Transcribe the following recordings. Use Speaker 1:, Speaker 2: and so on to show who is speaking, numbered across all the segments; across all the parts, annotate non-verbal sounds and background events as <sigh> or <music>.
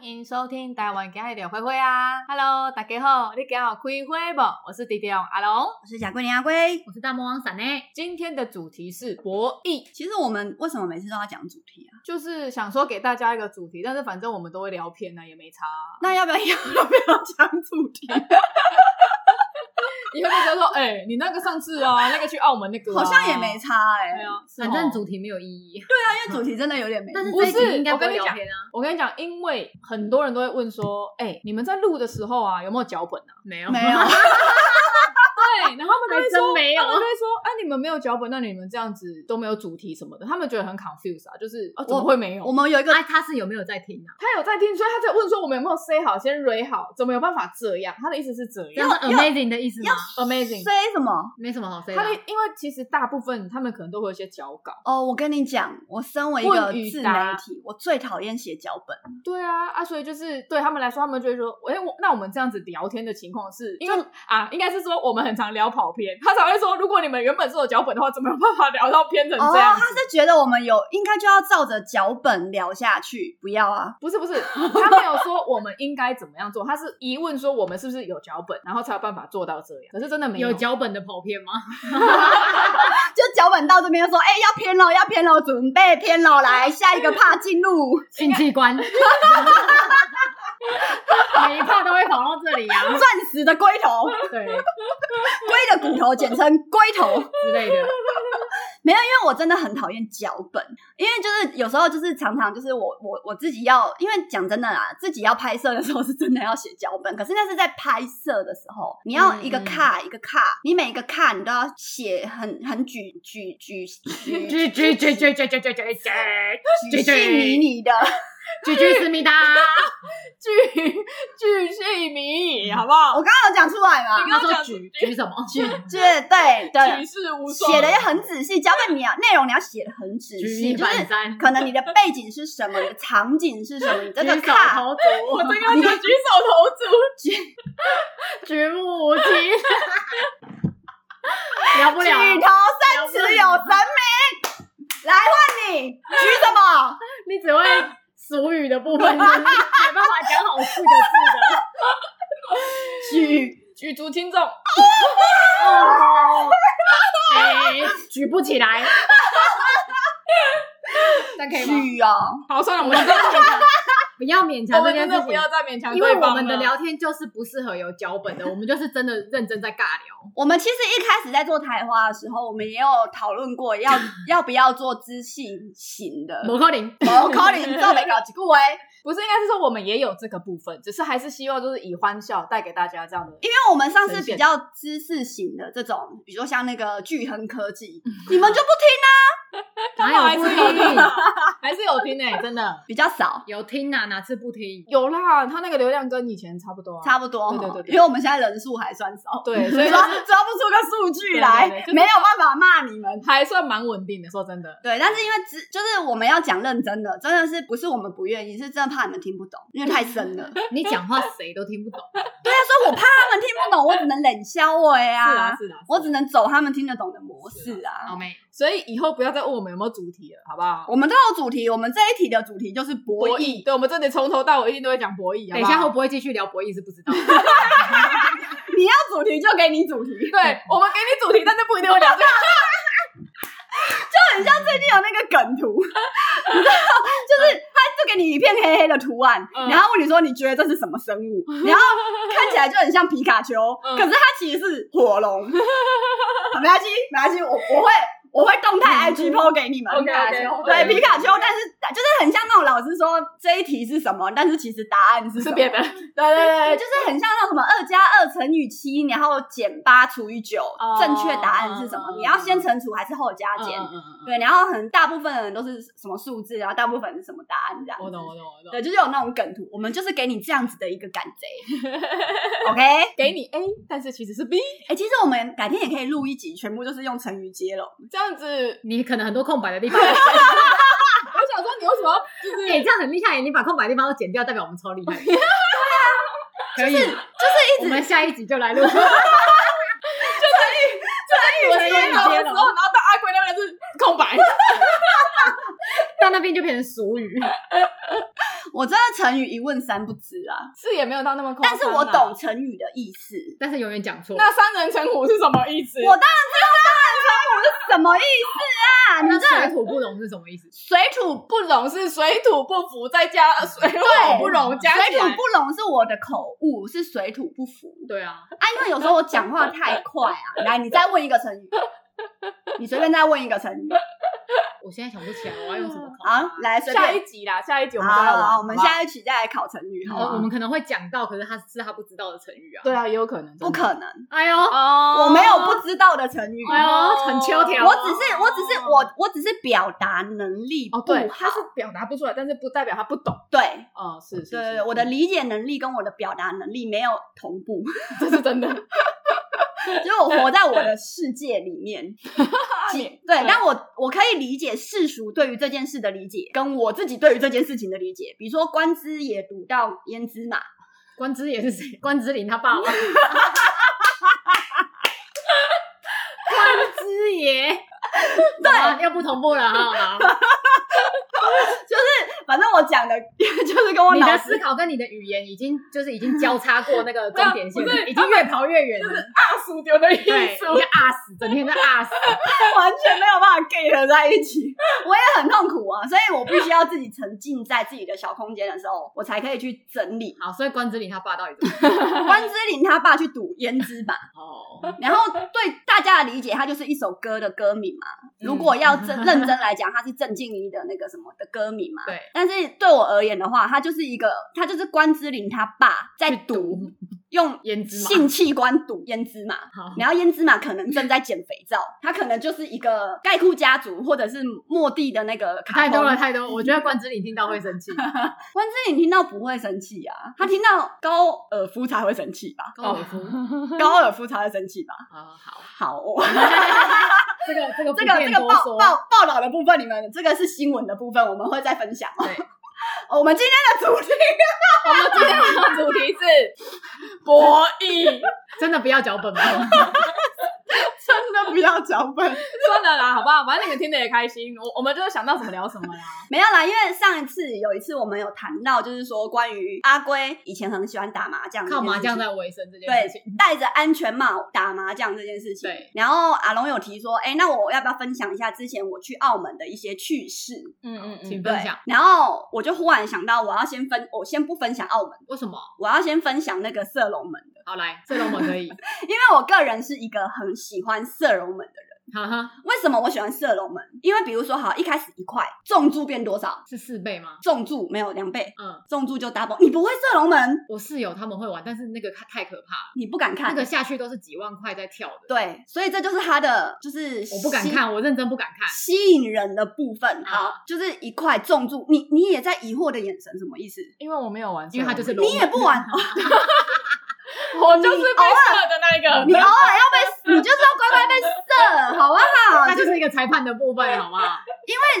Speaker 1: 迎收听台湾今日的灰灰啊！Hello，大家好，你今日有开会不？我是迪迪龙阿龙，
Speaker 2: 我是贾桂林阿龟。
Speaker 3: 我是大魔王闪呢、
Speaker 1: 今天的主题是博弈，
Speaker 2: 其实我们为什么每次都要讲主题啊？
Speaker 1: 就是想说给大家一个主题，但是反正我们都会聊偏呢、也没差、啊。
Speaker 2: 那要不要 <laughs> 要不要讲主题？
Speaker 1: 以后大家说，哎、你那个上次啊，那个去澳门那个啊、
Speaker 2: 好像也没差哎、
Speaker 1: 对啊，是哦
Speaker 3: 反正主题没有意义。
Speaker 2: 因为主题真的有点没。
Speaker 3: 但是
Speaker 1: 不
Speaker 3: 这
Speaker 1: 是
Speaker 3: 一集应该
Speaker 1: 我
Speaker 3: 不
Speaker 1: 跟
Speaker 3: 会
Speaker 1: 你
Speaker 3: 聊
Speaker 1: 讲
Speaker 3: 天啊，
Speaker 1: 我跟你讲，因为很多人都会问说，哎、你们在录的时候啊，有没有脚本啊？
Speaker 3: 没有
Speaker 2: 没有，
Speaker 1: 对，然后他们都会
Speaker 3: 还真
Speaker 1: 说，
Speaker 3: 没有
Speaker 1: 他们都会说，哎、你们没有脚本，那你们这样子都没有主题什么的，他们觉得很 confused 啊，就是啊，怎么
Speaker 2: 我
Speaker 1: 会没有
Speaker 2: 我？们有一个
Speaker 3: 哎，他是有没有在听啊？
Speaker 1: 他有在听，所以他在问说我们有没有 say 好，先 r 好，怎么有办法这样？他的意思是这
Speaker 3: 这
Speaker 1: 样
Speaker 3: 是 amazing 的意思吗？
Speaker 1: ，amazing。啊
Speaker 2: say 什么？
Speaker 3: 没什么好 say
Speaker 1: 他的
Speaker 3: 的。啊
Speaker 1: 因为其实大部分他们可能都会有一些脚稿，
Speaker 2: 哦，我跟你讲，我身为一个
Speaker 1: 问与
Speaker 2: 自
Speaker 1: 答
Speaker 2: 媒体，我最讨厌写脚本。
Speaker 1: 对啊啊，所以就是对他们来说，他们就会说，哎、我那我们这样子聊天的情况是因为啊，应该是说我们很常聊跑偏，他才会说，如果你们原本是有脚本的话，怎么有办法聊到偏成
Speaker 2: 哦，
Speaker 1: 这样
Speaker 2: 他
Speaker 1: 子？
Speaker 2: 是觉得我们有应该就要照着脚本聊下去，不要啊。
Speaker 1: 不是不是，他没有说我们应该怎么样做，他 <laughs> 是疑问说我们是不是有脚本，然后才有办法做到这样。可是真的没
Speaker 3: 有脚本的跑偏 <laughs> 吗？
Speaker 2: 就脚本到这边就说，哎、要偏喽，要偏喽，准备偏喽，来下一个怕进入，
Speaker 3: 性器官， <laughs> 每一趴都会跑到这里啊，
Speaker 2: 钻石的龟头，
Speaker 3: 对
Speaker 2: 龟的骨头，简称龟头。
Speaker 3: 之类的。
Speaker 2: 因为我真的很讨厌脚本，因为就是有时候就是常常就是我我我自己要，因为讲真的啦，自己要拍摄的时候是真的要写脚本，可是那是在拍摄的时候，你要一个
Speaker 3: 嗯嗯
Speaker 2: 卡、一个卡，你每一个卡你都要写很很举举举
Speaker 3: <laughs>
Speaker 2: 举
Speaker 3: 举举举举举举举举
Speaker 2: 举
Speaker 3: 举
Speaker 2: 细迷你
Speaker 3: <laughs>
Speaker 2: 的，
Speaker 3: 举举思密达，
Speaker 1: 巨 <laughs> 巨细靡遗，好不好
Speaker 2: 我？刚刚有讲出来嘛？
Speaker 3: 他说举举什么？举
Speaker 2: 就是对对
Speaker 1: 举，世无双，
Speaker 2: 写的也很仔细，脚本你要内容你要写的很仔细，
Speaker 3: 举
Speaker 2: 就
Speaker 3: 反
Speaker 2: 是
Speaker 3: 三，
Speaker 2: 可能你的背景是什么，你的场景是什么，你这个
Speaker 3: 举手
Speaker 2: 卡
Speaker 3: 投
Speaker 1: 我
Speaker 3: 足，
Speaker 1: 真要讲举手投足，
Speaker 3: 举目无亲， <laughs> 聊不
Speaker 2: 举
Speaker 3: 了。
Speaker 2: 头三尺有神明。来换你，举什么？
Speaker 3: 你只会俗语的部分，你没办法讲好四个字的。
Speaker 2: 举
Speaker 1: 举足轻重，
Speaker 3: 哦，哎、举不起来，这样可以
Speaker 1: 啊
Speaker 3: 吗？
Speaker 2: 举哦，
Speaker 1: 好，算了，我们真的
Speaker 3: 不要勉
Speaker 1: 我
Speaker 3: 强这
Speaker 1: 们
Speaker 3: 件
Speaker 1: 真
Speaker 3: 事
Speaker 1: 的不要
Speaker 3: 情。
Speaker 1: 再勉强
Speaker 3: 因为
Speaker 1: 对
Speaker 3: 我
Speaker 1: 方
Speaker 3: 们的
Speaker 1: 了
Speaker 3: 聊天就是不适合有脚本的，我们就是真的认真在尬
Speaker 1: <laughs>
Speaker 3: 聊。
Speaker 2: 我们其实一开始在做台花的时候，我们也有讨论
Speaker 1: <laughs>
Speaker 2: 过要要不要做知性型的。
Speaker 3: 摩柯林，
Speaker 2: 我考你做没
Speaker 1: <laughs>
Speaker 2: 搞几个喂？
Speaker 1: 不是应该是说我们也有这个部分，只是还是希望就是以欢笑带给大家这样的。
Speaker 2: 因为我们上次比较知识型的这种，比如说像那个巨亨
Speaker 1: <laughs>
Speaker 2: 科技，你们就不听，
Speaker 3: 哪有不
Speaker 1: 还是有
Speaker 3: 听
Speaker 1: 听？啊还是有听诶、真的
Speaker 2: 比较少，
Speaker 3: 有听啊，哪次不听？
Speaker 1: 有啦。他那个流量跟以前差不多、啊，
Speaker 2: 差不多。
Speaker 1: 对对对对
Speaker 2: 因为我们现在人数还算少，
Speaker 1: 对，
Speaker 2: 所
Speaker 1: 所
Speaker 2: 以
Speaker 1: 以
Speaker 2: 抓
Speaker 1: 说
Speaker 2: 抓不出个数据来，
Speaker 1: 对对对就是
Speaker 2: 没有办法骂你们。
Speaker 1: 还算蛮稳定的。说真的，
Speaker 2: 对，但是因为只就是我们要讲认真的，真的是不是我们不愿意，是真的怕你们听不懂，因为太深了。
Speaker 1: <laughs>
Speaker 2: 对
Speaker 3: 你讲话谁都听不懂，
Speaker 2: 啊，所以我怕他们听不懂，我只能冷笑我呀、
Speaker 1: 是啊是啊，
Speaker 2: 我只能走他们听得懂的模式啊。
Speaker 3: 好没？
Speaker 1: 所以以后不要再问我们有没有主题了，好不好？
Speaker 2: 我们都有主题，我们这一题的主题就是博弈。
Speaker 1: 弈，对，我们这里从头到尾一定都会讲博弈。
Speaker 3: 等一下
Speaker 1: 好
Speaker 3: 会
Speaker 1: 不好
Speaker 3: 不会继续聊博弈是不知道。
Speaker 2: 你要主题就给你主题，
Speaker 1: <laughs> 对我们给你主题，但是不一定会聊这个。
Speaker 2: 就很像最近有那个梗图， <laughs> 你知道，就是他就给你一片黑黑的图案，
Speaker 1: 嗯
Speaker 2: 然后问你说你觉得这是什么生物，然后看起来就很像皮卡丘，
Speaker 1: 嗯
Speaker 2: 可是它其实是
Speaker 1: <laughs>
Speaker 2: 火龙。没关系，没关系，我我会。我会动态 IG PO 给你们
Speaker 1: 嗯 OK，OK，对
Speaker 2: 对皮卡丘，但是就是很像那种老师说这一题是什么，但是其实答案是什
Speaker 1: 是
Speaker 2: 么
Speaker 1: 别的，
Speaker 2: 对对对，对就是很像那种什么二加二乘以七，然后减八除以九
Speaker 1: 哦，
Speaker 2: 正确答案是什么？
Speaker 1: 嗯
Speaker 2: 你要先乘除还是后加减？
Speaker 1: 嗯嗯
Speaker 2: 对，然后很大部分的人都是什么数字，然后啊大部分是什么答案这样。
Speaker 1: 我懂，我懂，我懂。
Speaker 2: 对，就是有那种梗图，我们就是给你这样子的一个感觉。OK，哎、
Speaker 1: 给你 A，但是其实是 B，
Speaker 2: 其实我们改天也可以录一集，全部就是用成语接龙。
Speaker 1: 这样子。
Speaker 3: <laughs> 你可能很多空白
Speaker 1: <laughs>
Speaker 3: 的地方，哎
Speaker 1: 我想说，你为什么要就是
Speaker 3: 哎、这样很厉害，你把空白的地方都剪掉，代表我们超厉
Speaker 1: <laughs>
Speaker 3: 害。啊可以，就是一直我们下一集
Speaker 1: <laughs>
Speaker 3: 就来录。
Speaker 4: <laughs>
Speaker 1: 我先
Speaker 3: 接
Speaker 1: 聊的时
Speaker 3: 龙
Speaker 1: 候，然后到阿奎那边是空白？
Speaker 3: 到那边就变成俗语。
Speaker 2: 我我真的成语一问三不知啊，
Speaker 4: 是也没有到那么夸
Speaker 2: 但
Speaker 4: 张
Speaker 2: 是
Speaker 4: 啦
Speaker 2: 我懂。成语的意思。
Speaker 3: 但是永远讲错。
Speaker 4: 那三人成虎是什么意思？
Speaker 2: 我当然知道三人成虎是什么意思啊！你
Speaker 3: 那
Speaker 2: 这
Speaker 3: 水土不容是什么意思？
Speaker 4: 水土不容是水土不服，再加水火不容，加起
Speaker 2: 水土
Speaker 4: 来
Speaker 2: 不容是我的口误，是水土不服
Speaker 3: 对啊，
Speaker 2: 啊！因为有时候我讲话太快啊。来，你再问一个成语，你随便再问一个成语
Speaker 3: 我现在想不起来我要用什
Speaker 1: <laughs>
Speaker 3: 么考。
Speaker 2: 啊！来，随
Speaker 4: 下
Speaker 2: 便
Speaker 4: 一。集啦，下一集我们再来玩。
Speaker 2: 好，我
Speaker 4: 好
Speaker 2: 们
Speaker 4: 不好
Speaker 2: 下一期再来考成语，
Speaker 1: 哦
Speaker 2: 好
Speaker 3: 呃我
Speaker 2: 吗？
Speaker 3: 们可能会讲到，可是他是他不知道的成语啊。
Speaker 4: 对，啊，也有可能
Speaker 2: 不可能，
Speaker 3: 哎呦，
Speaker 4: 哦
Speaker 2: 我没有不知道的成语。
Speaker 3: 哎呦，很秋条。
Speaker 4: 啊
Speaker 2: 我只是，我只是，我我只是表达能力不
Speaker 4: 哦，
Speaker 2: 好，
Speaker 4: 对，他是表达不出来，但是不代表他不懂。
Speaker 2: 对
Speaker 4: 哦，是是，
Speaker 2: 对对
Speaker 4: 是
Speaker 2: 对，我的理解能力跟我的表达能力没有同步，
Speaker 4: 这是真的。
Speaker 2: <laughs> 就是我活在我的世界里面。
Speaker 4: <laughs>
Speaker 2: 其对，但我我可以理解世俗对于这件事的理解，跟我自己对于这件事情的理解。比如说，官之也读到焉知嘛，
Speaker 3: 关之也是谁？关之琳他爸爸。关之爷， <laughs> 对，要不同步了啊！ <laughs>
Speaker 2: 反正我讲的 <laughs> 就是跟我
Speaker 3: 你
Speaker 2: 脑
Speaker 3: 的
Speaker 2: 子
Speaker 3: 思考跟你的语言已经就是已经交叉过那 <laughs> 个重点线
Speaker 4: 不是，
Speaker 3: 已经越跑越远了。
Speaker 4: 大叔丢的意
Speaker 3: 对，一
Speaker 4: 思，
Speaker 3: 个啊死，整天在啊死。
Speaker 2: 完全没有办法 get 合在一起，我也很痛苦啊，所以我必须要自己沉浸在自己的小空间的时候，我才可以去整理。
Speaker 3: 好，所以关之琳他爸到底 <laughs> 怎么？
Speaker 2: 关之琳他爸去赌焉知嘛，
Speaker 3: 哦，
Speaker 2: 然后对大家的理解，它就是一首歌的歌名嘛。如果要真认真来讲，它是郑敬怡的那个什么的歌名嘛。
Speaker 3: 对。
Speaker 2: 但是对我而言的话，它就是一个，它就是关之琳他爸在赌，用
Speaker 3: 胭脂嘛。
Speaker 2: 性器官赌胭脂嘛。
Speaker 3: 好，
Speaker 2: 然后胭脂嘛，可能正在减肥皂，它可能就是一个盖库家族或者是莫蒂的那个卡
Speaker 3: 太多
Speaker 2: 通
Speaker 3: 了，。太多了。我觉得关之琳听到会 <laughs> 生气，
Speaker 2: 关之琳听到不会生气啊，他听到高尔夫才会生气吧？
Speaker 3: 高尔夫。
Speaker 2: 高尔夫才会生气
Speaker 3: <laughs>
Speaker 2: 吧？
Speaker 3: 啊，好，
Speaker 2: 好、哦。
Speaker 3: 这个
Speaker 2: 这
Speaker 3: 这个
Speaker 2: 个
Speaker 3: 不
Speaker 2: 这
Speaker 3: 便
Speaker 2: 个
Speaker 3: 多
Speaker 2: 报
Speaker 3: 说
Speaker 2: 报报道的部分，你们这个是新闻的部分，我们会再分享。哦
Speaker 3: 对，
Speaker 2: <laughs> 我们今天的
Speaker 3: <laughs>
Speaker 2: 主题，
Speaker 4: 我们今天
Speaker 1: <laughs>
Speaker 4: 的主题是博弈，
Speaker 3: 真的不要脚本哦吗？
Speaker 2: 真的不要脚本。
Speaker 4: 算了啦，好不好？反正你们听得也开心，我我们就是想到什么聊什么啦。
Speaker 2: <laughs> 没有啦，因为上一次有一次我们有谈到，就是说关于阿龟以前很喜欢打麻将，
Speaker 3: 靠麻将。在维生这件
Speaker 2: 对
Speaker 3: 事情，，
Speaker 2: 戴着安全帽打麻将这件事情。
Speaker 3: 对，
Speaker 2: 然后阿龙有提说，哎，那我要不要分享一下之前我去澳门的一些趣事？
Speaker 4: 嗯嗯
Speaker 3: 请
Speaker 2: 对
Speaker 3: 分享，
Speaker 2: 然后我就忽然想到，我要先分，我先不分享澳门，
Speaker 3: 为什么？
Speaker 2: 我要先分享那个色龙门。
Speaker 3: 好来，这龙我可以，
Speaker 2: 因为我个人是一个很喜欢色龙门的人。
Speaker 3: 哈哈，
Speaker 2: 为什么我喜欢色龙门？因为比如说，好，一开始一块重注变多少？
Speaker 3: 是四倍吗？
Speaker 2: 重注没有两倍，
Speaker 3: 嗯，
Speaker 2: 重注就 double。你不会色龙门，
Speaker 3: 我室友他们会玩，但是那个太可怕了，
Speaker 2: 你不敢
Speaker 3: 那
Speaker 2: 看。
Speaker 3: 个下去都是几万块在跳的，
Speaker 2: 对，所以这就是它的，就是
Speaker 3: 我不敢
Speaker 2: 吸
Speaker 3: 看，我认真不敢看。
Speaker 2: 吸引人的部分。好，
Speaker 3: 啊
Speaker 2: 就是一块重注，你你也在疑惑的眼神，什么意思？
Speaker 4: 因为我没有玩，
Speaker 3: 因为他就是龙
Speaker 2: 你也不玩，
Speaker 4: 我就是被射的那一
Speaker 2: 你
Speaker 4: 个
Speaker 2: 偶。尔要被，你就是要乖乖被射，好不好？
Speaker 3: <laughs> 那就是一个裁判的部分，好
Speaker 2: <laughs>
Speaker 3: 不好？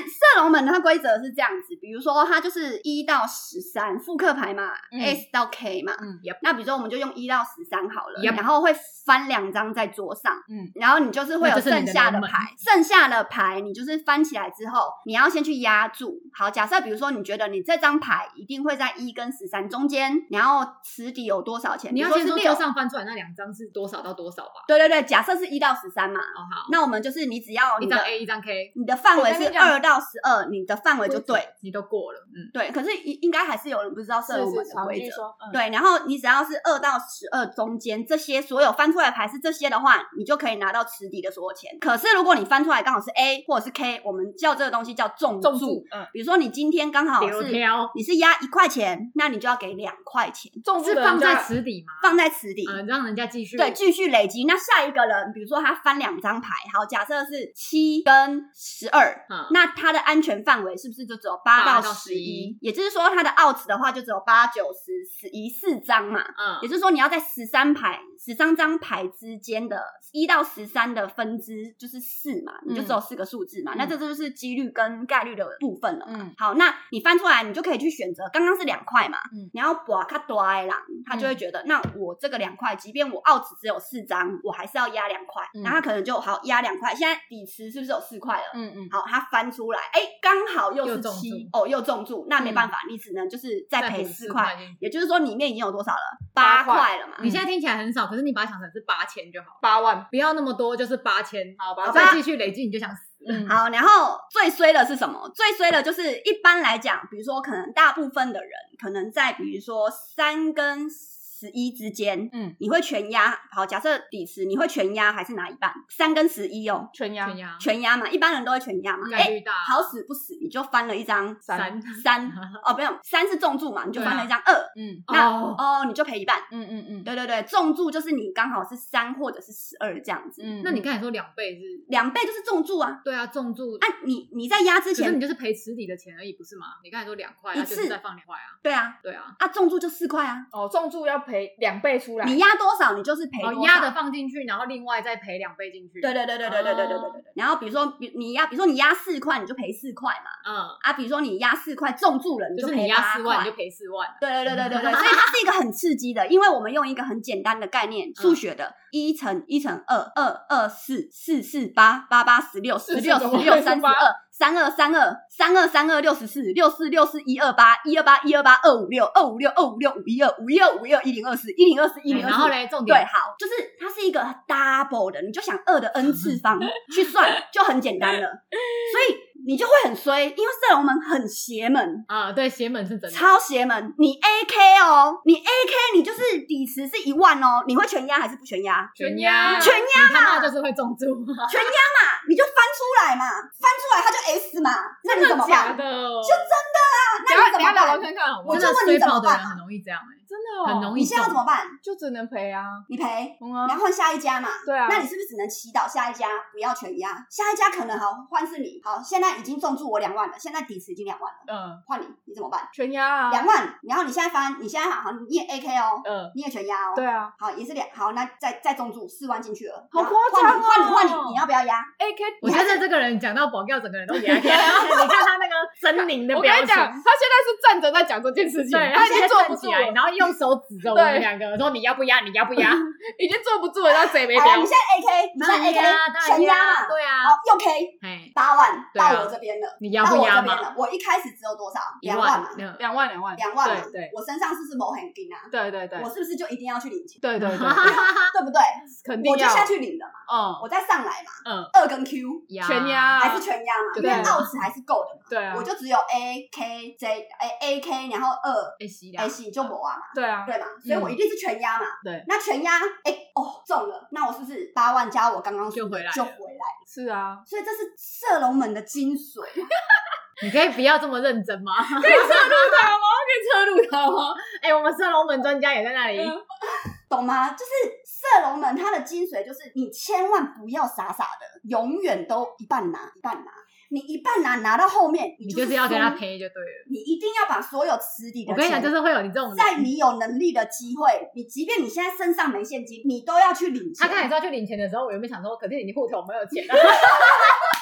Speaker 2: 射龙门它规则是这样子，比如说它就是一到十三复刻牌嘛、
Speaker 4: 嗯
Speaker 2: s 到 K 嘛，
Speaker 4: 嗯
Speaker 3: ，yep
Speaker 2: 那比如说我们就用一到十三好了
Speaker 3: Yep
Speaker 2: 然后会翻两张在桌上，
Speaker 4: 嗯，
Speaker 2: 然后你就是会有
Speaker 3: 那就是
Speaker 2: 剩
Speaker 3: 你的
Speaker 2: 下的
Speaker 3: 龙门
Speaker 2: 牌，剩下的牌你就是翻起来之后，你要先去压住。好，假设比如说你觉得你这张牌一定会在一跟十三中间，然后池底有多少钱？
Speaker 3: 你要
Speaker 2: 比如
Speaker 3: 先
Speaker 2: 说
Speaker 3: 说
Speaker 2: 是六
Speaker 3: 桌，上翻出来那两张是多少到多少吧。
Speaker 2: 对对对，假设是一到十三嘛，
Speaker 3: 哦，好，
Speaker 2: 那我们就是你只要
Speaker 3: 一
Speaker 2: 哦你
Speaker 3: 张
Speaker 2: 的
Speaker 3: A，一张 K，
Speaker 2: 你的范围
Speaker 4: 我
Speaker 2: 是
Speaker 4: 跟你讲
Speaker 2: 二到十二，你的范围就对。，
Speaker 3: 你都过了，嗯，
Speaker 2: 对，可是应应该还是有人不知道射龙门的
Speaker 4: 常
Speaker 2: 规
Speaker 4: 据
Speaker 2: 则。
Speaker 4: 说，嗯，
Speaker 2: 对，然后你只要是二到十二中间这些所有翻出来的牌是这些的话，你就可以拿到池底的所有钱。可是如果你翻出来刚好是 A 或者是 K，我们叫这个东西叫重
Speaker 4: 重注，嗯，
Speaker 2: 比如说你今天刚好
Speaker 3: 丢
Speaker 2: 是
Speaker 3: 挑
Speaker 2: 你是压一块钱，那你就要给两块钱
Speaker 4: 重注
Speaker 3: 是
Speaker 4: 的
Speaker 3: 放在
Speaker 4: 人家
Speaker 3: 池底吗？
Speaker 2: 放在池底。
Speaker 3: 嗯，让人家继续
Speaker 2: 对，继续累积。那下一个人，比如说他翻两张牌，好，假设是七跟十二、
Speaker 3: 嗯
Speaker 2: 那他的安全范围是不是就只有八
Speaker 3: 八
Speaker 2: 到
Speaker 3: 到
Speaker 2: 十一
Speaker 3: 11？
Speaker 2: 也就是说，他的 out 的话就只有八、九、十、十一四张嘛。
Speaker 3: 嗯
Speaker 2: 也，就是说，你要在十三牌、十三张牌之间的一到十三的分支就是四嘛，你就只有四个数字嘛。
Speaker 4: 嗯
Speaker 2: 那这就是几率跟概率的部分了。
Speaker 4: 嗯，
Speaker 2: 好，那你翻出来，你就可以去选择。刚刚是两块嘛，
Speaker 4: 嗯
Speaker 2: 你要把卡多埃狼，他就会觉得，那我这个两块，即便我澳纸只有四张，我还是要压两块。
Speaker 4: 嗯
Speaker 2: 然后他可能就好压两块，现在底池是不是有四块了？
Speaker 4: 嗯嗯，
Speaker 2: 好，他翻出来，哎，刚好又
Speaker 3: 又
Speaker 2: 是
Speaker 3: 中
Speaker 2: 七
Speaker 3: 注
Speaker 2: 哦，又中注，那没
Speaker 3: 嗯
Speaker 2: 办法，你只能就是再赔
Speaker 3: 补
Speaker 2: 四
Speaker 3: 四
Speaker 2: 块，嗯
Speaker 3: 进去。
Speaker 2: 也就是说里面已经有多少了？
Speaker 4: 八块
Speaker 2: 块了嘛。
Speaker 3: 你现在听起来很少，可是你把它想成是八千就好，
Speaker 4: 八万，
Speaker 3: 不要那么多，就是八千。
Speaker 4: 好
Speaker 3: 然
Speaker 4: 吧
Speaker 3: 后
Speaker 2: 吧
Speaker 3: 再继续累积，你就想死。
Speaker 4: 嗯，
Speaker 2: 好，然后最衰的是什么？最衰的就是一般来讲，比如说可能大部分的人可能在比如说三跟十一之间，
Speaker 4: 嗯，
Speaker 2: 你会全压。好，假设底池你会全压还是拿一半？三跟十一哦，
Speaker 4: 全压
Speaker 3: 全压
Speaker 2: 全压嘛，一般人都会全压嘛。哎、
Speaker 3: 概率大，
Speaker 2: 好死不死，你就翻了一张
Speaker 4: 三，
Speaker 2: 三哦，没有三是重注嘛，你就
Speaker 3: 嗯对啊
Speaker 2: 翻了一张二，
Speaker 4: 嗯
Speaker 2: 那
Speaker 3: 哦，
Speaker 2: 哦你就赔一半。
Speaker 4: 嗯嗯嗯，
Speaker 2: 对对对，重注就是你刚好是三或者是十二这样子，
Speaker 4: 嗯，
Speaker 3: <laughs> 那你刚才说两倍是？
Speaker 2: 两倍就是重注啊。
Speaker 3: 对啊，重注。
Speaker 2: 啊，你你在压之
Speaker 3: 可是
Speaker 2: 前
Speaker 3: 你，就是赔池底的钱而已，不是吗？你刚才说两块，
Speaker 2: 一
Speaker 3: 啊，
Speaker 2: 次
Speaker 3: 就是再放两块啊，
Speaker 2: 对啊，
Speaker 3: 对啊，
Speaker 2: 啊重注就四块啊，
Speaker 4: 哦，重注要赔两倍出来，
Speaker 2: 你压多少你就是赔
Speaker 3: 哦
Speaker 2: 多，少。
Speaker 3: 压的放进去，然后另外再赔两倍进去，
Speaker 2: 对对对对对对对对对对对。然后比如说，比你压，比如说你压四块，你就赔四块嘛。
Speaker 3: 嗯，
Speaker 2: 啊，比如说你压四块中注了，你
Speaker 3: 就是你
Speaker 2: 赔
Speaker 3: 压
Speaker 2: 八
Speaker 3: 四万，你
Speaker 2: 块
Speaker 3: 就。赔四万，
Speaker 2: 对对对对对对，
Speaker 3: <laughs>
Speaker 2: 所以它是一个很刺激的，因为我们用一个很简单的概
Speaker 3: 嗯
Speaker 2: 念，数学的，一乘一乘二，二二四四四八八八十六，十六十六三十二，三二三二三二三二六十四，六四六四一二八一二八一二八二五六二五六二五六五一二五一二五一二一零二四一零二四一零二
Speaker 3: 哎嗯然
Speaker 2: 四
Speaker 3: 后。嘞，重
Speaker 2: 对，
Speaker 3: 点
Speaker 2: 好，就是它是一个 double 的，你就想二的 n 次方去算，就很简单了。所以你就会很衰，因为射龙门很邪门，
Speaker 3: 啊，对，邪门是真的，
Speaker 2: 超邪门。你 AK 哦，你 AK 你就是底池是一万哦，你会全压还是不全压？
Speaker 3: 全压
Speaker 2: 全
Speaker 3: 压他妈就是会中注，啊
Speaker 2: 嘛，你就翻出来嘛，翻出来它就 S 嘛，那你怎么
Speaker 3: 假
Speaker 2: 办？
Speaker 3: 的哦？
Speaker 2: 啊那你怎么
Speaker 4: 等下聊
Speaker 2: 办
Speaker 4: 聊？看看好吗？
Speaker 2: 我就
Speaker 3: 真的
Speaker 2: 问你
Speaker 3: 吹
Speaker 2: 怎么
Speaker 3: 爆的
Speaker 2: 办
Speaker 3: 人很容易这样哎，
Speaker 4: 真的哦
Speaker 3: 很容易
Speaker 2: 你现在怎么办？
Speaker 4: 就只能赔啊，
Speaker 2: 你赔，
Speaker 4: 嗯
Speaker 2: 然
Speaker 4: 啊，
Speaker 2: 后换下一家嘛。
Speaker 4: 对
Speaker 1: 嗯
Speaker 4: 啊，
Speaker 2: 那你是不是只能祈祷下一家不要全压？下一家可能好换是你，好，现在已经中注我两万了，现在底池已经两万了，
Speaker 4: 嗯，
Speaker 2: 换你，你怎么办？
Speaker 4: 全压啊，
Speaker 2: 两万，然后你现在翻，你现在好好，你也 AK 哦，
Speaker 4: 嗯，
Speaker 2: 你也全压哦，
Speaker 4: 对，啊
Speaker 2: 好也是两，好那再再中注四万进去了，
Speaker 4: 好
Speaker 2: 然后
Speaker 4: 夸张
Speaker 2: 换你
Speaker 4: 哦
Speaker 2: 换你换你，你要不要压？
Speaker 3: <laughs>
Speaker 4: ，AK，
Speaker 3: 我觉得这个人讲到保镖，整个人都
Speaker 4: <laughs>
Speaker 3: 给他看，你看他那个狰狞的
Speaker 4: 我跟
Speaker 3: 表
Speaker 4: 你讲，他
Speaker 3: 情。
Speaker 4: 现在是站着在讲这件事情，
Speaker 3: 对，
Speaker 4: 他已经
Speaker 3: 现在
Speaker 4: 坐
Speaker 3: 站
Speaker 4: 不
Speaker 3: 起
Speaker 4: 住
Speaker 3: 来，
Speaker 4: 了，
Speaker 3: 然后用手指着我们两个说：“你要不压？你要不压
Speaker 4: <laughs> 已经坐不住了，然后谁没
Speaker 2: 好
Speaker 3: <laughs>
Speaker 2: 了，你？
Speaker 4: 标
Speaker 2: 现在 AK，你？”
Speaker 3: 当然
Speaker 2: 现在
Speaker 3: 压，
Speaker 2: AK
Speaker 3: 当然
Speaker 2: 哎全压
Speaker 3: 压啊，
Speaker 2: 嘛，
Speaker 3: 对啊，
Speaker 2: 好又 K
Speaker 3: 哎，
Speaker 2: 八万
Speaker 3: 对啊
Speaker 2: 到我这边了，
Speaker 3: 你
Speaker 2: 到
Speaker 3: 压不
Speaker 2: 我
Speaker 3: 压
Speaker 2: 这边
Speaker 3: 嘛？
Speaker 2: 了，我一开始只有多少？
Speaker 3: 一
Speaker 2: 两万嘛，
Speaker 3: 嗯
Speaker 4: 两万两万，
Speaker 2: 两万嘛，
Speaker 4: 对对
Speaker 2: 我身上是不是某很金啊？
Speaker 4: 对对对
Speaker 2: 我是不是就一定要去领钱？
Speaker 4: 对
Speaker 2: <laughs>
Speaker 4: 对对， <laughs>
Speaker 2: 对不对？
Speaker 4: 肯定
Speaker 2: 我就
Speaker 4: 要，
Speaker 2: 下去领了嘛，
Speaker 4: 嗯
Speaker 2: 我再上来嘛，
Speaker 4: 嗯，
Speaker 2: 二跟 Q
Speaker 3: 压
Speaker 4: 全压
Speaker 2: 还是全压嘛，
Speaker 4: 对
Speaker 2: 因为奥池还是够的嘛，
Speaker 4: 对啊
Speaker 2: 我，就只有 A K J 哎 A K，然后二
Speaker 3: 哎，洗
Speaker 2: A C 就博啊嘛，
Speaker 4: 对啊，
Speaker 2: 对嘛，所
Speaker 3: 嗯
Speaker 2: 以我一定是全压嘛，
Speaker 4: 对
Speaker 2: 那全压哎哦中了，那我是不是八万加我刚刚
Speaker 3: 就回来了
Speaker 2: 就回来？
Speaker 4: 是啊，
Speaker 2: 所以这是射龙门的精髓啊，
Speaker 3: 你可以不要这么认真吗？ <laughs>
Speaker 4: 可以侧录他吗？可以侧录他吗？
Speaker 2: 哦
Speaker 3: 哎，我们射龙门专家也在那里，
Speaker 4: 嗯
Speaker 2: 懂吗？就是射龙门它的精髓就是你千万不要傻傻的，永远都一半拿一半拿，你一半拿拿到后面，你
Speaker 3: 你就是要跟他
Speaker 2: 输，
Speaker 3: 赔就对了。
Speaker 2: 你一定要把所有池底的
Speaker 3: 我跟你讲，
Speaker 2: 钱
Speaker 3: 就是会有你这种人，
Speaker 2: 在你有能力的机会，你即便你现在身上没现金，你都要去领
Speaker 3: 他
Speaker 2: 钱。
Speaker 3: 刚才说要去领钱的时候，我原本想说，可是你户头没有钱啊，
Speaker 2: <laughs>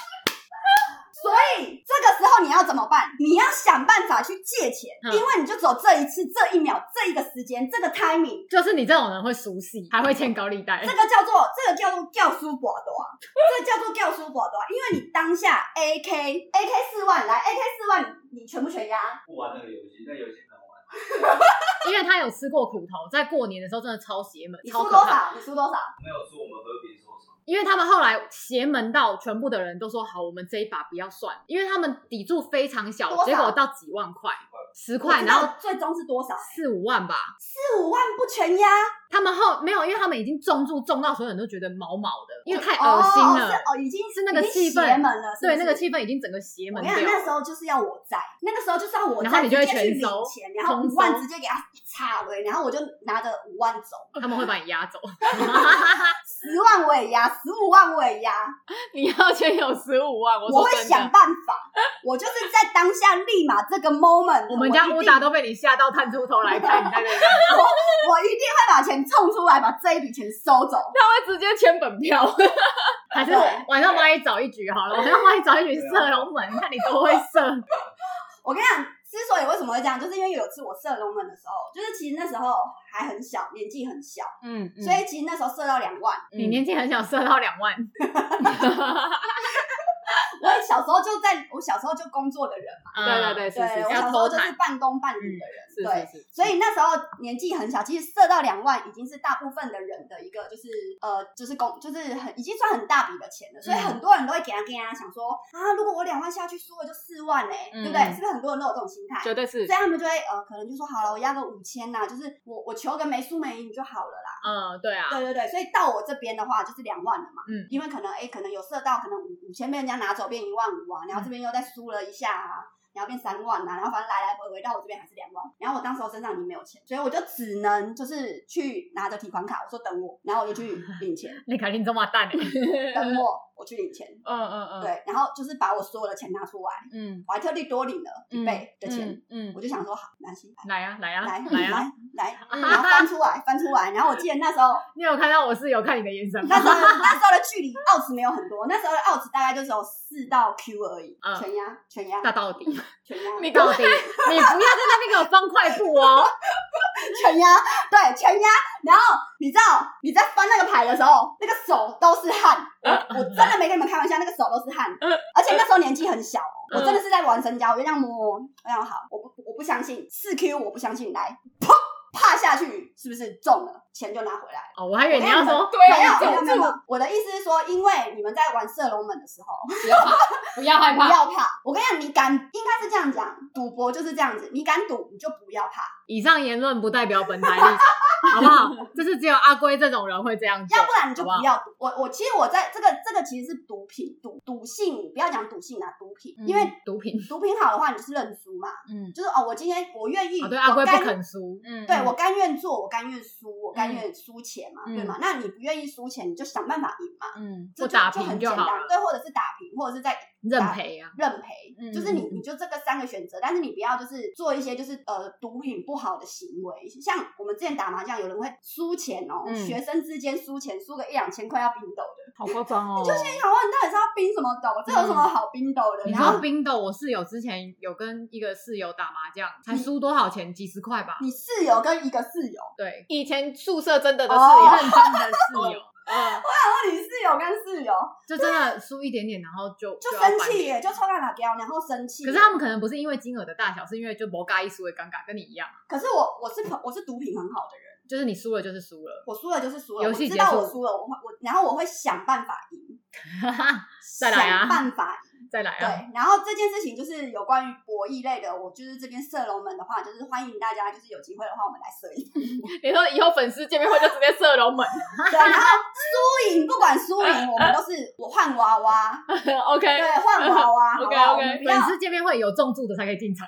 Speaker 2: 所以这个时候你要怎么办？你要想办法去借钱，
Speaker 3: 嗯
Speaker 2: 因为你就走这一次、这一秒、这一个时间、这个 timing，
Speaker 3: 就是你这种人会熟悉，还会欠高利贷
Speaker 2: 这。个叫做这个叫做教书博多，这个叫做教书博多，因为你当下 AK AK 四万来 AK 四万，你你全不全压？
Speaker 5: 不玩那个游戏，那游戏很好玩。
Speaker 3: 因为他有吃过苦头，在过年的时候真的超邪门，
Speaker 2: 你
Speaker 3: 超
Speaker 2: 输
Speaker 3: 可
Speaker 2: 多
Speaker 3: 怕。
Speaker 2: 少？你输多少？
Speaker 5: 没有说我们和平收场，
Speaker 3: 因为他们后来邪门到全部的人都说好，我们这一把不要算，因为他们底注非常
Speaker 2: 多
Speaker 3: 小，
Speaker 2: 少
Speaker 3: 结果到几万块，十
Speaker 2: 我
Speaker 3: 块，
Speaker 2: 知
Speaker 3: 然
Speaker 2: 道
Speaker 3: 后
Speaker 2: 最终是多少？
Speaker 3: 四五万吧。
Speaker 2: 四五万不全压，
Speaker 3: 他们后没有，因为他们已经重注重到所有人都觉得毛毛的，因为太
Speaker 2: 哦
Speaker 3: 恶心了。
Speaker 2: 是哦，已经
Speaker 3: 是那个
Speaker 2: 已经
Speaker 3: 气氛
Speaker 2: 邪门了，是不
Speaker 3: 对，
Speaker 2: 是
Speaker 3: 那个气氛已经整个邪门
Speaker 2: 我跟
Speaker 3: 掉
Speaker 2: 你讲，那时
Speaker 3: 了。
Speaker 2: 候就是要我在，那个时候就是要我在，
Speaker 3: 然后你就会
Speaker 2: 直接去
Speaker 3: 全
Speaker 2: 领
Speaker 3: 收
Speaker 2: 钱，然后
Speaker 3: 空
Speaker 2: 五万
Speaker 3: 收
Speaker 2: 直接给他插回，然后我就拿着五万走，
Speaker 3: 他们会把你压
Speaker 2: <laughs>
Speaker 3: 走，
Speaker 2: 十万我也压，十五万我也压，
Speaker 4: 你要先有十五万，我
Speaker 2: 我
Speaker 4: 说
Speaker 2: 会
Speaker 4: 真
Speaker 2: 想
Speaker 4: 的，
Speaker 2: 办法，我就是在当下立马这个 moment，
Speaker 3: <laughs> 我们家
Speaker 2: 我
Speaker 3: 乌
Speaker 2: 一定
Speaker 3: 达都被你吓到探出头来看你在那里干嘛。
Speaker 2: 我一定会把钱冲出来，把这一笔钱收走。
Speaker 4: 他会直接签本票，
Speaker 3: <laughs> 还是
Speaker 2: 对
Speaker 3: 晚上帮你找一局好了，晚上帮你找一局射龙门，
Speaker 4: 啊
Speaker 3: 看你多会射。
Speaker 4: 嗯
Speaker 2: 我跟你讲，之所以为什么会这样，就是因为有次我射龙门的时候，就是其实那时候还很小，年纪很小，
Speaker 4: 嗯，
Speaker 2: 所
Speaker 4: <laughs>
Speaker 2: 以其实那时候射到两万，
Speaker 3: 你年纪很小，射到两万，
Speaker 2: 我已小时候就在我小时候就工作的人嘛，
Speaker 4: 对对对，是
Speaker 2: 对
Speaker 4: 是
Speaker 2: 我
Speaker 4: 是
Speaker 2: 小
Speaker 3: 要
Speaker 2: 时
Speaker 3: 偷
Speaker 2: 候就
Speaker 3: 懒
Speaker 2: 是半工半读的人，对。
Speaker 4: 是是是，
Speaker 2: 所以那时候年纪很小，其实射到两万已经是大部分的人的一个，就是呃，就是工，就是很已经算很大笔的钱了。所以
Speaker 4: 嗯
Speaker 2: 很多人都会给他给他想说啊，如果我两万下去输了就四万嘞、
Speaker 4: 嗯
Speaker 2: 对不对？是不是很多人都有这种心态？
Speaker 4: 绝对是
Speaker 2: 所以，他们就会呃，可能就说好了，我压个五千呐，就是我我求个没输没赢就好了啦。
Speaker 4: 嗯，对啊，
Speaker 2: 对对对，所以到我这边的话就是两万了嘛，
Speaker 4: 嗯
Speaker 2: 因为可能哎，可能有射到，可能五五千被人家拿走变一万五
Speaker 4: 嗯
Speaker 2: 啊，然后这边又再输了一下啊。然后变三万啊，然后反正来来回回到我这边还是两万，然后我当时我身上已经没有钱，所以我就只能就是去拿着提款卡，我说等我，然后我就
Speaker 4: <laughs>
Speaker 2: 去领钱，
Speaker 3: 你肯定这么淡欸，
Speaker 2: 等我我去领钱，
Speaker 4: 嗯嗯嗯，
Speaker 2: 对，然后就是把我所有的钱拿出来，
Speaker 4: 嗯，
Speaker 2: 我还特地多领了一倍的钱，
Speaker 4: 嗯，啊嗯，
Speaker 2: 我就想说好，没关系，
Speaker 3: 来呀来呀
Speaker 2: 来
Speaker 3: 来呀！
Speaker 4: <laughs>
Speaker 2: 来来，然后翻出来，翻出来。然后我记得那时候，
Speaker 3: <laughs> 你有看到我室友看你的眼神
Speaker 2: <laughs>
Speaker 3: 吗
Speaker 2: 那？时候那时候的距离奥兹没有很多，那时候的奥兹大概就只有四到 Q 而已
Speaker 3: 嗯，
Speaker 2: 全压全压
Speaker 3: 那到底，
Speaker 2: 全压
Speaker 4: 你
Speaker 3: 到底， <laughs> 你不要在那边给我方块布哦！
Speaker 2: <laughs> 全压，对全压。然后你知道你在翻那个牌的时候，那个手都是汗，我我真的没跟你们开玩笑，那个手都是汗，而且那时候年纪很小哦，我真的是在玩身家，我就这样摸，我想好，我不我不相信四 Q，我不相信，来，砰，啪下去，是不是中了？钱就拿回来了。
Speaker 3: 哦，我还以为你要说
Speaker 4: 对
Speaker 2: 没
Speaker 4: 啊，
Speaker 2: 有
Speaker 4: 这
Speaker 2: 没有
Speaker 4: 种
Speaker 2: 没
Speaker 4: 这
Speaker 2: 有没
Speaker 4: 种，
Speaker 2: 有，我的意思是说，因为你们在玩射龙门的时候
Speaker 3: <laughs> 不要怕，不要害
Speaker 2: 不
Speaker 3: 怕，
Speaker 2: 要怕。我跟你讲，你敢应该是这样讲，赌博就是这样子，你敢赌你就不要怕，
Speaker 3: 以上言论不代表本台立场，好不
Speaker 4: <laughs>
Speaker 3: 好？就是只有阿龟这种人会这样做，
Speaker 2: 要不然你就
Speaker 3: 好
Speaker 2: 不
Speaker 3: 不
Speaker 2: 要赌。我我其实我在这个这个其实是毒品赌赌性，不要讲赌性啊，毒品，
Speaker 4: 嗯
Speaker 2: 因为
Speaker 3: 毒品。
Speaker 2: 毒品好的话你就是认输嘛，
Speaker 4: 嗯
Speaker 2: 就是哦，我今天我愿意，
Speaker 3: 哦，对，阿
Speaker 2: 我
Speaker 3: 龟
Speaker 2: 甘
Speaker 3: 不肯输，
Speaker 4: 嗯，
Speaker 2: 对我甘愿做，我甘愿输，我甘
Speaker 4: 嗯
Speaker 2: 愿输钱嘛，
Speaker 4: 嗯
Speaker 2: 对嘛？那你不愿意输钱，你就想办法赢嘛，
Speaker 4: 嗯，
Speaker 2: 这
Speaker 3: 或
Speaker 2: 就
Speaker 3: 打
Speaker 2: 就
Speaker 3: 平
Speaker 2: 很
Speaker 3: 就
Speaker 2: 简
Speaker 3: 好
Speaker 2: 单，
Speaker 3: 了
Speaker 2: 对，或者是打平，或者是在
Speaker 3: 认赔啊。
Speaker 2: 认赔，
Speaker 4: 嗯
Speaker 2: 就是你你就这个三个选择，但是你不要就是做一些就是呃毒品不好的行为，像我们之前打麻将，有人会输钱哦，
Speaker 4: 嗯
Speaker 2: 学生之间输钱输个一两千块要冰斗的，
Speaker 4: 好夸张哦，
Speaker 2: 就是你好啊，你到底是要冰什么斗？这有什么好冰斗的？
Speaker 3: 嗯你
Speaker 2: 然后
Speaker 3: 说冰豆，我室友之前有跟一个室友打麻将，才输多少钱？几十块吧。
Speaker 2: 你室友跟一个室友，
Speaker 3: 对，
Speaker 4: 以前宿舍真的的室
Speaker 2: 哦
Speaker 4: 友，
Speaker 3: 认真的室友，哦
Speaker 4: 嗯，
Speaker 2: 然后你室友跟室友
Speaker 3: 就真的输一点点，然后就
Speaker 2: 就
Speaker 3: 要
Speaker 2: 生
Speaker 3: 翻
Speaker 2: 气
Speaker 3: 脸
Speaker 2: 耶，就抽干打掉，然后生气。
Speaker 3: 可是他们可能不是因为金额的大小，是因为就摩嘎一输的尴尬，跟你一样，啊
Speaker 2: 可是我我是朋我是毒品很好的人，
Speaker 3: 就是你输了就是输了， <laughs>
Speaker 2: 我输了就是输了，
Speaker 3: 游
Speaker 2: 我
Speaker 3: 戏
Speaker 2: 知
Speaker 3: 结
Speaker 2: 道
Speaker 3: 束
Speaker 2: 我输了，我会我然后我会想办法赢，
Speaker 3: 再来啊
Speaker 2: 想办法
Speaker 3: 再来啊！
Speaker 2: 对，然后这件事情就是有关于博弈类的，我就是这边射龙门的话，就是欢迎大家，就是有机会的话，我们来射一下。
Speaker 4: 你说以后粉丝见面会就直接射
Speaker 3: <laughs>
Speaker 4: 龙门
Speaker 2: 对，然后输赢不管输赢，我们都是我换娃娃，
Speaker 4: ，OK，
Speaker 2: 对，换娃娃，好不
Speaker 4: OK，OK
Speaker 2: 好？我们不要
Speaker 3: 粉丝见面会有重注的才可以
Speaker 2: <laughs>
Speaker 3: 进场，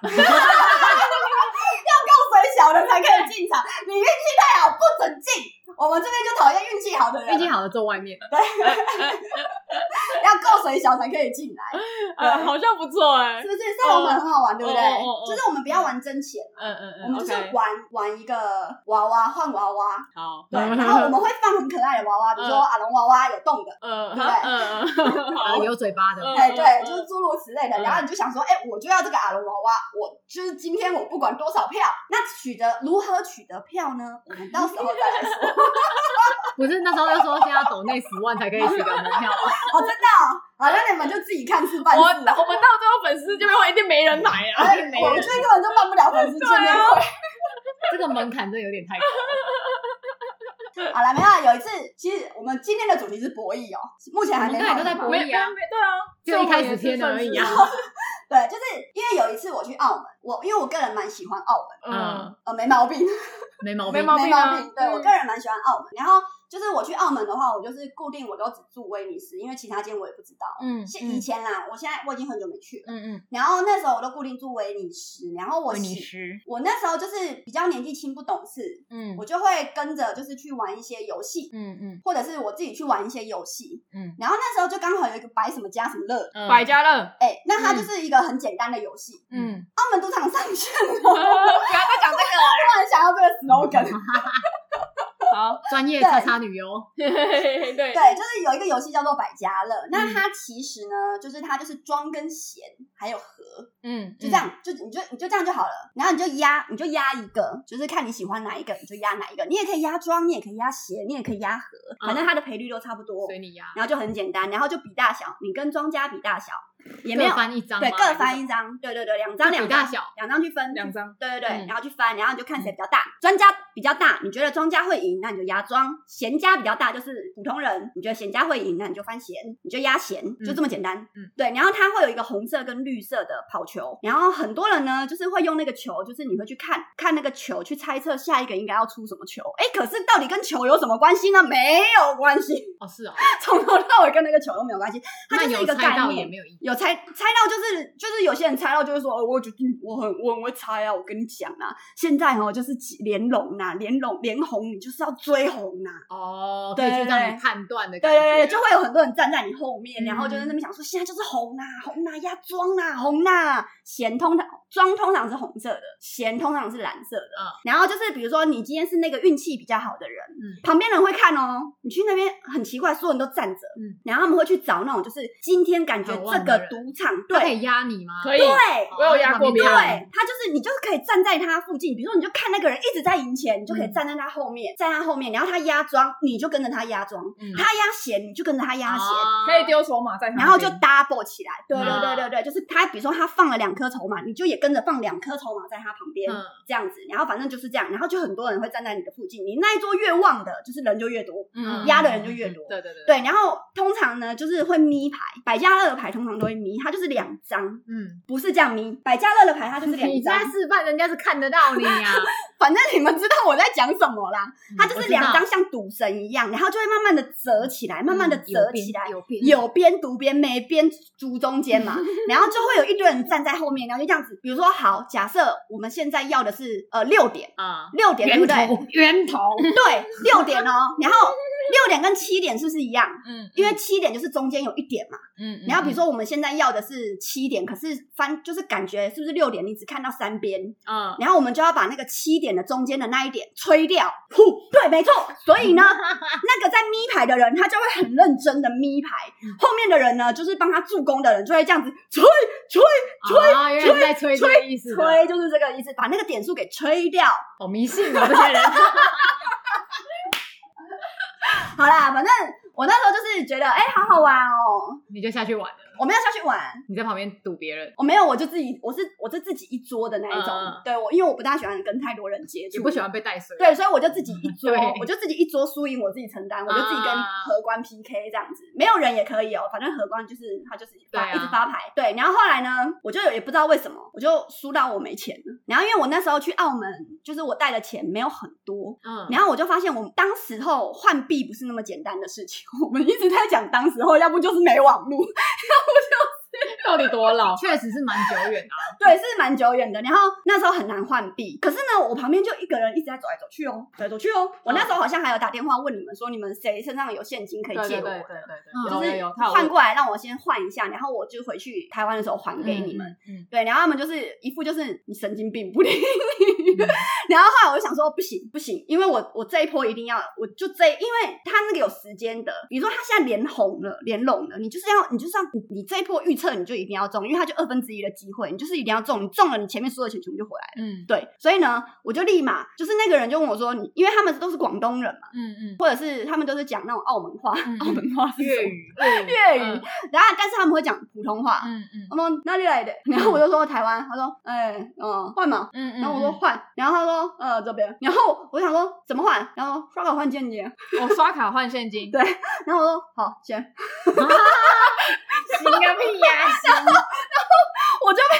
Speaker 2: 放水小的才可以进场，你运气太好不准进。我们这边就讨厌运气好的人，
Speaker 3: 运气好的坐外面。
Speaker 2: 要够水小才可以进来，
Speaker 4: 啊，好像不错哎
Speaker 2: 是，不是？射龙门很好玩，对不对
Speaker 4: 哦哦哦？
Speaker 2: 就是我们不要玩真钱，
Speaker 4: 嗯嗯
Speaker 2: 我
Speaker 4: 嗯
Speaker 2: 们就是
Speaker 4: ，OK，
Speaker 2: 玩玩一个娃娃换娃娃，
Speaker 4: 好， <laughs>
Speaker 2: 对，然后我们会放很可爱的娃娃，比如说阿龙娃娃有动的。
Speaker 4: 嗯
Speaker 2: 对
Speaker 4: 嗯
Speaker 2: <laughs>
Speaker 4: 嗯，
Speaker 3: 啊
Speaker 4: 好，
Speaker 3: 有嘴巴的，
Speaker 4: 嗯
Speaker 2: 哎，对，就是诸如此类的。
Speaker 4: 嗯
Speaker 2: 然后你就想说，哎，我就要这个阿龙娃娃，我就是今天我不管多少票，那取得如何取得票呢？我们到时候再来说。 <laughs>
Speaker 3: 不是那时候就说先要抖内十万才可以取得门票 <laughs> 吗？
Speaker 2: 哦，真的哦，好像你们就自己看是办
Speaker 4: 我我
Speaker 2: 事
Speaker 4: 们
Speaker 2: 了
Speaker 4: 到。最后粉丝见面会一定没人啊来 <laughs> 啊，
Speaker 2: 哎我们这边根本就办不了粉丝见面会。
Speaker 3: 这个门槛真的有点太高了。
Speaker 2: 好了，没有啊，有一次，其实我们今天的主题是博弈哦，目前还没
Speaker 3: 我们刚才
Speaker 2: 讨论完
Speaker 3: 都在博弈
Speaker 4: 没没没，对啊，
Speaker 3: 就一开始偏而已啊
Speaker 4: 这我也是算是
Speaker 2: 对，就是因为有一次我去澳门，我因为我个人蛮喜欢澳门， <laughs>
Speaker 4: 嗯
Speaker 2: 呃，没毛病。
Speaker 3: 没毛
Speaker 4: 没
Speaker 3: 病，
Speaker 4: 毛病
Speaker 2: 没
Speaker 4: 啊
Speaker 2: 毛病。对、
Speaker 4: 嗯
Speaker 2: 我个人蛮喜欢澳门，然后就是我去澳门的话，我就是固定我都只住威尼斯，因为其他间我也不知道。
Speaker 4: 嗯
Speaker 2: 是以前啦，我现在我已经很久没去了。
Speaker 4: 嗯
Speaker 2: 然后那时候我都固定住威尼斯，然后我
Speaker 3: 威尼
Speaker 2: 喜
Speaker 3: 斯
Speaker 2: 我那时候就是比较年纪轻不懂事，
Speaker 4: 嗯
Speaker 2: 我就会跟着就是去玩一些游戏，
Speaker 4: 嗯嗯
Speaker 2: 或者是我自己去玩一些游戏。
Speaker 4: 嗯，
Speaker 2: 然后那时候就刚好有一个百什么加什么乐，
Speaker 4: 嗯，百家乐，
Speaker 2: 哎、那它就是一个很简单的游戏。
Speaker 4: 嗯，
Speaker 2: 澳门赌场上线了，
Speaker 4: <laughs> 不要再讲这个
Speaker 2: <laughs> 突然想要这个
Speaker 4: <laughs>
Speaker 2: slogan。
Speaker 4: 了，好，
Speaker 3: 专业叉叉女优，
Speaker 2: 嗯
Speaker 4: 对对
Speaker 2: 对，就是有一个游戏叫做百家乐，
Speaker 3: 嗯
Speaker 2: 那它其实呢，就是它就是庄跟闲还有和，
Speaker 4: 嗯，
Speaker 2: 就这样，就你就你就这样就好了。然后你就压，你就压一个，就是看你喜欢哪一个，你就压哪一个。你也可以压庄，你也可以压闲，你也可以压和，
Speaker 3: 嗯
Speaker 2: 反正它的赔率都差不多。
Speaker 3: 随你呀。
Speaker 2: 然后就很简单，然后就比大小，你跟庄家比大小，也没有
Speaker 3: 各翻一张吗，
Speaker 2: 对各翻一张，对对对，两张
Speaker 3: 就
Speaker 2: 两
Speaker 3: 比大
Speaker 2: 张
Speaker 3: 小。
Speaker 2: 两张去分，
Speaker 4: 两张
Speaker 2: 对对对，
Speaker 3: 嗯
Speaker 2: 然后去翻，然后你就看谁比较大，庄家比较大，你觉得庄家会赢，那你就压庄；闲家比较大，就是普通人，你觉得闲家会赢，那你就翻闲，你就压闲，就这么简单。
Speaker 4: 嗯
Speaker 2: 对。然后它会有一个红色跟绿色的跑球，然后很多人呢，就是会用那个球，就是你会去看看那个球，去猜测下一个应该要出什么球。哎，可是到底跟球有什么关系呢？没有关系， <laughs>
Speaker 3: 哦，是哦，
Speaker 2: 从头到尾跟那个球都没有关系，它
Speaker 3: 那
Speaker 2: 就是
Speaker 3: 有
Speaker 2: 一个
Speaker 3: 猜
Speaker 2: 概
Speaker 3: 到
Speaker 2: 念
Speaker 3: 也。没有意义。
Speaker 2: 有猜猜到就是就是有些人猜到就是说，哦、我觉得我很我很会猜啊，我跟你讲啊，现在哦就是起连龙呐、连龙连红，你就是要追红呐、
Speaker 3: 哦，
Speaker 2: 对
Speaker 3: 可以
Speaker 2: 对
Speaker 3: 去让
Speaker 2: 对
Speaker 3: 你判断的
Speaker 2: 对
Speaker 3: 感觉。
Speaker 2: 对对，就会有很多人站在你后面，
Speaker 4: 嗯
Speaker 2: 然后就在那边想说，现在就是红呐、红呐、压庄呐、红呐、咸通常庄通常是红色的，咸通常是蓝色的。
Speaker 3: 嗯
Speaker 2: 然后就是比如说你今天是那个运气比较好的人，
Speaker 3: 嗯
Speaker 2: 旁边人会看哦，你去那边很奇怪，所有人都站着，
Speaker 3: 嗯
Speaker 2: 然后他们会去找那种就是今天感觉
Speaker 3: 很旺
Speaker 2: 这
Speaker 3: 的
Speaker 2: 个
Speaker 3: 人
Speaker 2: 赌场
Speaker 3: 他可
Speaker 2: 对。
Speaker 3: 以压你吗？
Speaker 4: 可以，
Speaker 2: 对，
Speaker 4: 我有压过别
Speaker 2: 对
Speaker 4: 人，
Speaker 2: 他就是你，就是可以站在他附近，比如说你就看那个人一直在赢钱，你就可
Speaker 4: 嗯
Speaker 2: 以站在他后面，站在他后面，然后他压庄，你就跟着他压庄，
Speaker 3: 嗯
Speaker 2: 他压闲，你就跟着他压闲。
Speaker 3: 哦
Speaker 4: 可以丢筹码在他那边，
Speaker 2: 然后就 double 起来，对对
Speaker 3: 嗯
Speaker 2: 对对对，就是他，比如说他放了两颗筹码，你就也跟着放两颗筹码在他旁边，
Speaker 3: 嗯
Speaker 2: 这样子，然后反正就是这样，然后就很多人会站在你的附近，你那一桌越旺的，就是人就越多，
Speaker 4: 嗯
Speaker 2: 压的人就越多，
Speaker 4: 对对对
Speaker 2: 对，然后通常呢就是会咪牌，百家乐的牌通常都会咪，它就是两张，
Speaker 4: 嗯，
Speaker 2: 不是这样咪，百家乐的牌它就是两
Speaker 3: 你
Speaker 2: 张
Speaker 3: 在，示范，人家是看得到你呀。
Speaker 2: 反正你们知道我在讲什么啦。它就是两
Speaker 3: 嗯我
Speaker 2: 张
Speaker 3: 知
Speaker 2: 像赌神一样，然后就会慢慢的折起来，慢慢的折起来，
Speaker 3: 有变
Speaker 2: 有边读边没边读中间嘛，然后就会有一堆人站在后面，然后就这样子。比如说，好，假设我们现在要的是呃六点，
Speaker 3: 啊，
Speaker 2: 六点对不对？
Speaker 3: 源头，
Speaker 2: 对，六点哦，然后六点跟七点是不是一样？
Speaker 4: 嗯，
Speaker 2: 因为七点就是中间有一点嘛，
Speaker 4: 嗯，
Speaker 2: 然后比如说我们现在要的是七点，可是翻就是感觉是不是六点你只看到三边，
Speaker 3: 嗯，
Speaker 2: 然后我们就要把那个七点的中间的那一点吹掉。呼，对，没错。所
Speaker 3: <laughs>
Speaker 2: 以呢，那个在咪牌的人，他就会很认真的咪牌；
Speaker 3: 嗯
Speaker 2: 后面的人呢，就是帮他助攻的人，就会这样子吹吹吹
Speaker 3: 啊，原来是在吹这个意思的，
Speaker 2: 吹，就是这个意思，把那个点数给吹掉。
Speaker 3: 好迷信哦，这些人。
Speaker 2: 好啦，反正我那时候就是觉得，哎、好好玩哦。
Speaker 3: 你就下去玩了，
Speaker 2: 我没有下去玩，
Speaker 3: 你在旁边堵别人，
Speaker 2: 我没有，我就自己，我是我是自己一桌的那一种。
Speaker 3: 嗯嗯
Speaker 2: 对我，因为我不大喜欢跟太多人接触，
Speaker 3: 也不喜欢被带水。
Speaker 2: 对，所以我就自己一桌
Speaker 3: <laughs> 对，
Speaker 2: 我就自己一桌输赢我自己承担，我就自己跟
Speaker 3: 啊
Speaker 2: 荷官 PK 这样子，没有人也可以哦，反正荷官就是他就是发、
Speaker 3: 对啊
Speaker 2: 一直发牌，对。然后后来呢，我就也不知道为什么，我就输到我没钱了。然后因为我那时候去澳门，就是我带的钱没有很多，
Speaker 3: 嗯，
Speaker 2: 然后我就发现，我们当时候换币不是那么简单的事情。我们一直在讲当时候，要不就是没网络，
Speaker 4: 到底多老？
Speaker 3: 确实是蛮久远的啊。
Speaker 2: 对，是蛮久远的。然后那时候很难换币，可是呢，我旁边就一个人一直在走来走去哦，走来走去哦。我那时候好像还有打电话问你们说，你们谁身上有现金可以
Speaker 4: 对对
Speaker 2: 借
Speaker 4: 嗯对
Speaker 2: 我
Speaker 4: 对
Speaker 2: 的？
Speaker 4: 对，
Speaker 2: 就
Speaker 4: 有有
Speaker 2: 是
Speaker 4: 有，他有
Speaker 2: 换过来让我先换一下，然后我就回去台湾的时候还给你们。
Speaker 4: 嗯嗯
Speaker 2: 对，然后他们就是一副就是你神经病不理你。 <laughs> 然后后来我就想说不行不行，因为我我这一波一定要，我就这，因为他那个有时间的，比如说他现在连红了连拢了，你就是要你就是要你你这一波预测你就一定要中，因为他就二分之一的机会，你就是一定要中，你中了你前面输的钱全部就回来了。
Speaker 4: 嗯
Speaker 2: 对，所以呢，我就立马就是那个人就问我说你，因为他们都是广东人嘛，
Speaker 4: 嗯嗯
Speaker 2: 或者是他们都是讲那种澳门话，
Speaker 4: 嗯嗯
Speaker 2: 澳门话是什么
Speaker 3: 粤语，
Speaker 2: 粤语，
Speaker 3: 嗯
Speaker 2: 然后但是他们会讲普通话。
Speaker 4: 嗯嗯
Speaker 2: 他说哪里来的？然后我就说台湾，他说哎、嗯，换嘛。
Speaker 4: 嗯嗯，
Speaker 2: 然后我说换，然后他说呃这边，然后我想说怎么换，然后刷卡换现金，
Speaker 4: 我哦刷卡换现金，
Speaker 2: 然后我说好行，
Speaker 3: 行个屁呀！行
Speaker 2: 我就被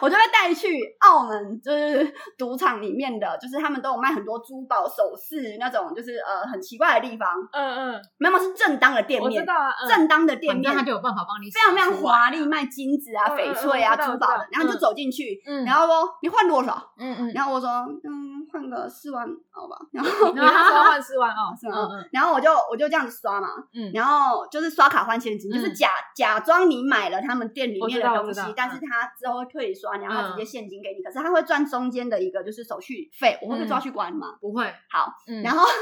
Speaker 2: 我就被带去澳门，就是赌场里面的，就是他们都有卖很多珠宝首饰那种，就是呃很奇怪的地方，
Speaker 4: 嗯嗯，
Speaker 2: 没有是正当的店
Speaker 4: 我知
Speaker 2: 面，
Speaker 4: 道啊，嗯
Speaker 2: 正当的店
Speaker 3: 反
Speaker 2: 面
Speaker 3: 正他就有办法帮你洗
Speaker 2: 非常非常
Speaker 3: 出来
Speaker 2: 华丽，卖金子啊、
Speaker 4: 嗯嗯
Speaker 2: 翡翠啊、
Speaker 4: 嗯我知道
Speaker 2: 珠宝
Speaker 4: 我
Speaker 2: 的
Speaker 4: 知道，
Speaker 2: 然后就走进去，
Speaker 4: 嗯
Speaker 2: 然后说你换多少？
Speaker 4: 嗯嗯，
Speaker 2: 然后我说嗯，换个四万好吧，然后
Speaker 4: 你那时候换四万哦，
Speaker 2: 四万
Speaker 4: 嗯嗯
Speaker 2: 然后我就我就这样子刷嘛，
Speaker 4: 嗯
Speaker 2: 然后就是刷卡换现金，
Speaker 4: 嗯
Speaker 2: 就是假假装你买了他们店里面的
Speaker 4: 我
Speaker 2: 东
Speaker 4: 知
Speaker 2: 西
Speaker 4: 道我知道，嗯
Speaker 2: 但是他之后会退刷，然后他
Speaker 3: 嗯
Speaker 2: 直接现金给你，可是他会赚中间的一个就是手续费，我会被抓去关嘛。
Speaker 3: 不会，
Speaker 2: 好，
Speaker 4: 嗯，
Speaker 2: 然后。 <laughs>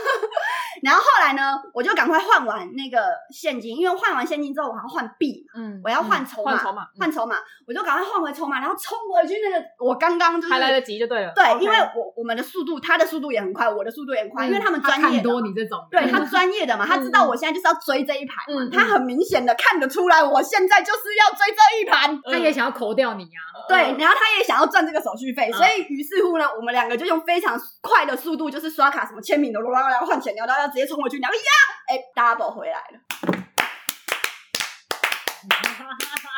Speaker 2: 然后后来呢，我就赶快换完那个现金，因为换完现金之后我还要换币嘛，
Speaker 4: 嗯
Speaker 2: 我要换筹码
Speaker 4: 换筹码，
Speaker 2: 换筹码，我就赶快换回筹码，然后冲回去那个我刚刚就
Speaker 4: 嗯
Speaker 2: 是
Speaker 4: 还来得及就对了。
Speaker 2: 对
Speaker 4: OK 嗯
Speaker 2: 因为我我们的速度，他的速度也很快，我的速度也很快，因为他们专
Speaker 3: 他
Speaker 2: 业
Speaker 3: 看
Speaker 2: 的嘛
Speaker 3: 多你这种，
Speaker 2: 对他专业的嘛，他知道我现在就是要追这一盘嘛，
Speaker 4: 嗯嗯
Speaker 2: 他很明显的看得出来，我现在就是要追这一盘。
Speaker 3: 他也想要抠掉你啊，
Speaker 2: 对，然后他也想要赚这个手续费，
Speaker 3: 嗯
Speaker 2: 所以于是乎呢，我们两个就用非常快的速度，就是刷卡什么签名的，然后然后换钱，然后要直接冲过去，然后呀，哎，double 回来了。 <laughs>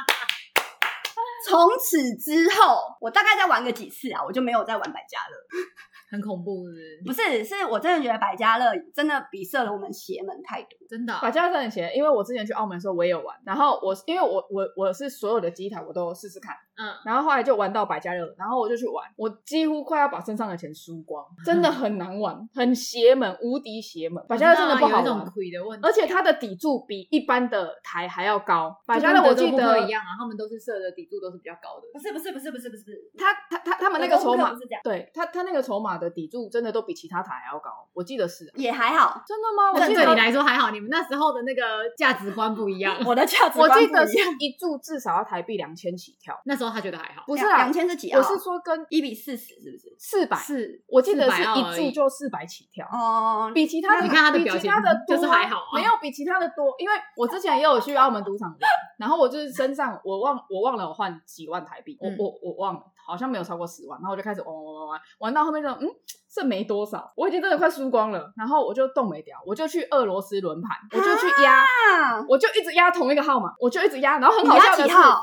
Speaker 2: 从此之后，我大概再玩个几次啊，我就没有再玩百家乐了。
Speaker 3: 很恐怖是不是？
Speaker 2: 不是，是我真的觉得百家乐真的比射龙门邪门太多。
Speaker 3: 真的啊，
Speaker 4: 百家乐真的很闲，因为我之前去澳门的时候我也有玩，然后我因为我我我是所有的机台我都试试看，
Speaker 3: 嗯，
Speaker 4: 然后后来就玩到百家乐，然后我就去玩，我几乎快要把身上的钱输光，真的很难玩，很邪门，无敌邪门，百家乐真的不好
Speaker 3: 哦有一种
Speaker 4: 玩。
Speaker 3: 亏的问题，
Speaker 4: 而且它的底柱比一般的台还要高，百
Speaker 3: 就
Speaker 4: 家
Speaker 3: 跟
Speaker 4: 乐我
Speaker 3: 德州
Speaker 4: 记
Speaker 3: 扑克
Speaker 4: 得
Speaker 3: 一，样啊，他们都是设的底柱都是比较高的，
Speaker 2: 不是不是不是不是不是不是，
Speaker 4: 他他他他们那个筹码
Speaker 2: 不，是这样，
Speaker 4: 对他他那个筹码的底柱真的都比其他台还要高，我记得是
Speaker 2: 也还好。
Speaker 4: 真的吗？我
Speaker 3: 但
Speaker 4: 记
Speaker 3: 对你
Speaker 4: 得
Speaker 3: 来说还好，你们那时候的那个价值观不一样，
Speaker 2: 我的价值
Speaker 4: 我
Speaker 2: 观
Speaker 4: 记得
Speaker 2: 不一
Speaker 4: 是
Speaker 2: 样
Speaker 4: 一注至少要台币两千起跳，
Speaker 3: 那时候他觉得还好，
Speaker 4: 不是
Speaker 2: 两
Speaker 4: 啊
Speaker 2: 两，千是几啊？
Speaker 4: 我是说跟
Speaker 2: 一比四十是不是？
Speaker 4: 四百，
Speaker 3: 是
Speaker 4: 我记得是
Speaker 3: 400
Speaker 4: 一
Speaker 3: 而
Speaker 4: 注
Speaker 3: 已
Speaker 4: 就四百起跳，
Speaker 2: 哦，
Speaker 4: 比其他的
Speaker 3: 你看他的
Speaker 4: 比
Speaker 3: 表
Speaker 4: 其
Speaker 3: 情
Speaker 4: 他的多
Speaker 3: 就是还好啊
Speaker 4: 没有比其他的多，因为我之前也有去澳门赌场玩，然后我就是身上我忘我忘了我换几万台币，我
Speaker 3: 嗯
Speaker 4: 我我忘了，好像没有超过十万，然后我就开始玩玩玩玩，玩到后面就嗯剩没多少，我已经真的快输光了，然后我就动没掉，我就去俄罗斯轮盘，我就去压，
Speaker 2: 啊，
Speaker 4: 我就一直压同一个号码，我就一直压，然后很好
Speaker 2: 你
Speaker 4: 笑
Speaker 2: 压
Speaker 4: 的
Speaker 2: 几
Speaker 4: 是
Speaker 2: 号，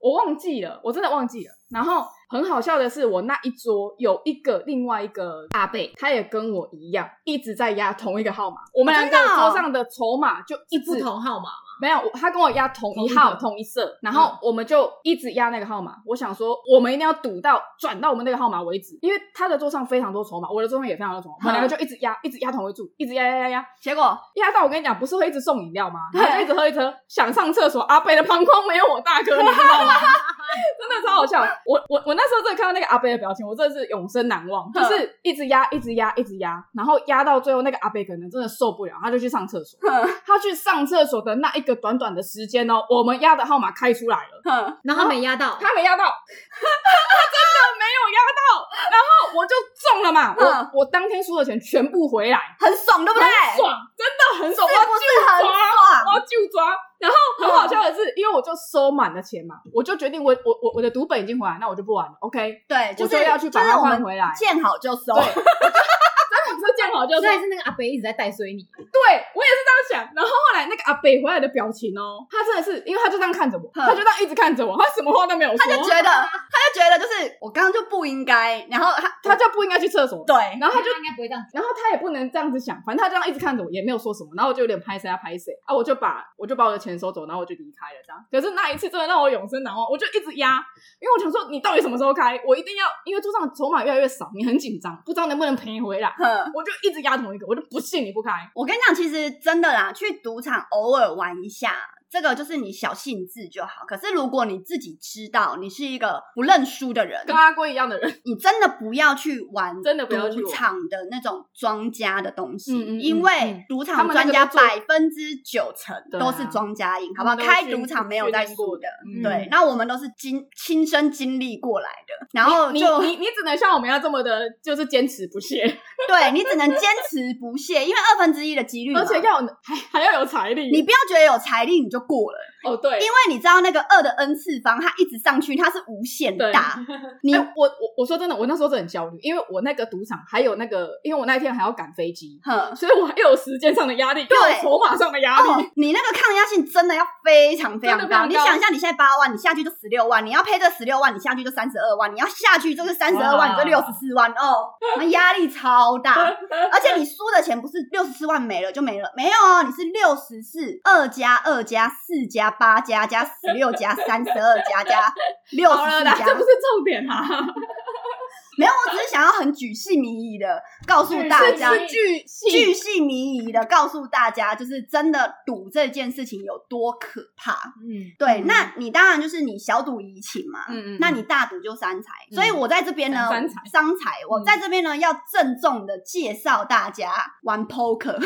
Speaker 4: 我忘记了，我真的忘记了。然后很好笑的是，我那一桌有一个另外一个阿贝，他也跟我一样一直在压同一个号码，我们两个
Speaker 2: 真的哦
Speaker 4: 桌上的筹码就一
Speaker 3: 不
Speaker 4: 直
Speaker 3: 同号码，
Speaker 4: 没有，他跟我压同一
Speaker 3: 同
Speaker 4: 号
Speaker 3: 一个
Speaker 4: 同一色，然后我们就一直压那个号码。我想说，我们一定要赌到转到我们那个号码为止，因为他的桌上非常多筹码，我的桌上也非常多筹码，我们两个就一直压，一直压同一注，一直压压压压。
Speaker 2: 结果
Speaker 4: 压到我跟你讲，不是会一直送饮料吗？然后就一直喝一直喝，想上厕所，阿贝的膀胱没有我大哥，你知道吗？ <laughs> 真的超好笑。我我我那时候真的看到那个阿贝的表情，我真的是永生难忘，就是一直压，一直压，一直压，然后压到最后，那个阿贝可能真的受不了，他就去上厕所。
Speaker 2: 哼
Speaker 4: 他去上厕所的那一个短短的时间哦，我们压的号码开出来了，
Speaker 2: 哼，
Speaker 3: 然后没压到，
Speaker 4: 他没压到，他真的没有压到，然后我就中了嘛，
Speaker 2: 嗯
Speaker 4: 我我当天输的钱全部回来，
Speaker 2: 很爽对不
Speaker 4: 很
Speaker 2: 对？
Speaker 4: 爽，真的很爽，
Speaker 2: 是
Speaker 4: 我
Speaker 2: 不是很
Speaker 4: 就抓
Speaker 2: 爽？
Speaker 4: 我要就抓。然后很好笑的是，因为我就收满了钱嘛，我就决定我我我我的赌本已经回来，那我就不玩了。OK，啊
Speaker 2: 对，
Speaker 4: 我
Speaker 2: 是
Speaker 4: 就要去把
Speaker 2: 就是
Speaker 4: 它
Speaker 2: 我
Speaker 4: 换
Speaker 2: 们
Speaker 4: 回来。
Speaker 2: 见好就收。
Speaker 4: 对真的是见好就收。
Speaker 3: 所
Speaker 4: 对
Speaker 3: 以是那个阿北一直在带衰你，
Speaker 4: 我也是这样想。然后后来那个阿北回来的表情哦，他真的是，因为他就这样看着我，
Speaker 2: 嗯
Speaker 4: 他就这样一直看着我，他什么话都没有说，
Speaker 2: 他就觉得，他就觉得就是我刚刚就不应该，然后他
Speaker 4: 他就不应该去厕所。
Speaker 2: 对，
Speaker 4: 然后他就。
Speaker 3: 应该不会这样子，
Speaker 4: 然后他也不能这样子想，反正他这样一直看着我，也没有说什么。然后我就有点拍谁啊拍谁啊，我就把我就把我的钱收走，然后我就离开了这样。可是那一次真的让我永生难忘，我就一直压，因为我想说你到底什么时候开？我一定要，因为桌上的筹码越来越少，你很紧张，不知道能不能赔回来。
Speaker 2: 哼。
Speaker 4: 我就一直压同一个，我就不信你不开。
Speaker 2: 我跟你讲，其实真的啦，去赌场偶尔玩一下，这个就是你小性致就好。可是如果你自己知道你是一个不认输的人，
Speaker 4: 跟阿龟一样的人，
Speaker 2: 你真的不要去玩，
Speaker 4: 真的不要去玩
Speaker 2: 赌场的那种庄家的东西，
Speaker 4: 嗯嗯嗯
Speaker 2: 因为赌
Speaker 4: 他
Speaker 2: 场
Speaker 4: 们那
Speaker 2: 专
Speaker 4: 个
Speaker 2: 家
Speaker 4: 都做
Speaker 2: 百分之九成
Speaker 4: 对啊
Speaker 2: 都是庄家赢，好不好？
Speaker 4: 他们都是
Speaker 2: 开赌场没有在
Speaker 4: 训练过
Speaker 2: 输
Speaker 4: 的
Speaker 2: 的，
Speaker 4: 嗯
Speaker 2: 对。那我们都是经亲身经历过来的，然后
Speaker 4: 你
Speaker 2: 就
Speaker 4: 你你只能像我们要这么的，就是坚持
Speaker 2: <laughs>
Speaker 4: 不懈，
Speaker 2: 对你只能坚持不懈，因为二分之一的几率嘛，
Speaker 4: 而且要有还还要有财力。
Speaker 2: 你不要觉得有财力你就过了。
Speaker 4: 哦对，
Speaker 2: 因为你知道那个二的 n 次方，它一直上去，它是无限大。你、
Speaker 4: 哎我我我说真的，我那时候真的很焦虑，因为我那个赌场还有那个，因为我那一天还要赶飞机，
Speaker 2: 哼
Speaker 4: 所以我又有时间上的压力，又有筹码上的压力。
Speaker 2: 哦，你那个抗压性真的要非常非常
Speaker 4: 真的
Speaker 2: 高。
Speaker 4: 非
Speaker 2: 你
Speaker 4: 常高
Speaker 2: 想一下，你现在八万，你下去就十六万，你要配这十六万，你下去就三十二万，你要下去就是三十二万，你
Speaker 3: 哇
Speaker 2: 就六十四万
Speaker 4: <laughs>
Speaker 2: 哦，那压力超大。而且你输的钱不是六十四万没了就没了，没有哦，你是六十四二加二加四加八加加十六加三十二加加六
Speaker 4: 好了
Speaker 2: 十四
Speaker 4: 啦，
Speaker 2: 加
Speaker 4: 这不是重点啊！
Speaker 2: 没有，我只是想要很举细迷疑的告诉大家，
Speaker 4: 是巨
Speaker 2: 巨细靡遗的告诉大家，就是真的赌这件事情有多可怕。
Speaker 4: 嗯
Speaker 2: 对，
Speaker 4: 嗯
Speaker 2: 那你当然就是你小赌怡情嘛，
Speaker 4: 嗯嗯
Speaker 2: 那你大赌就三财。所以我在这边呢，
Speaker 4: 三三嗯才
Speaker 2: 三财，我在这边呢、要郑重的介绍大家玩 poker。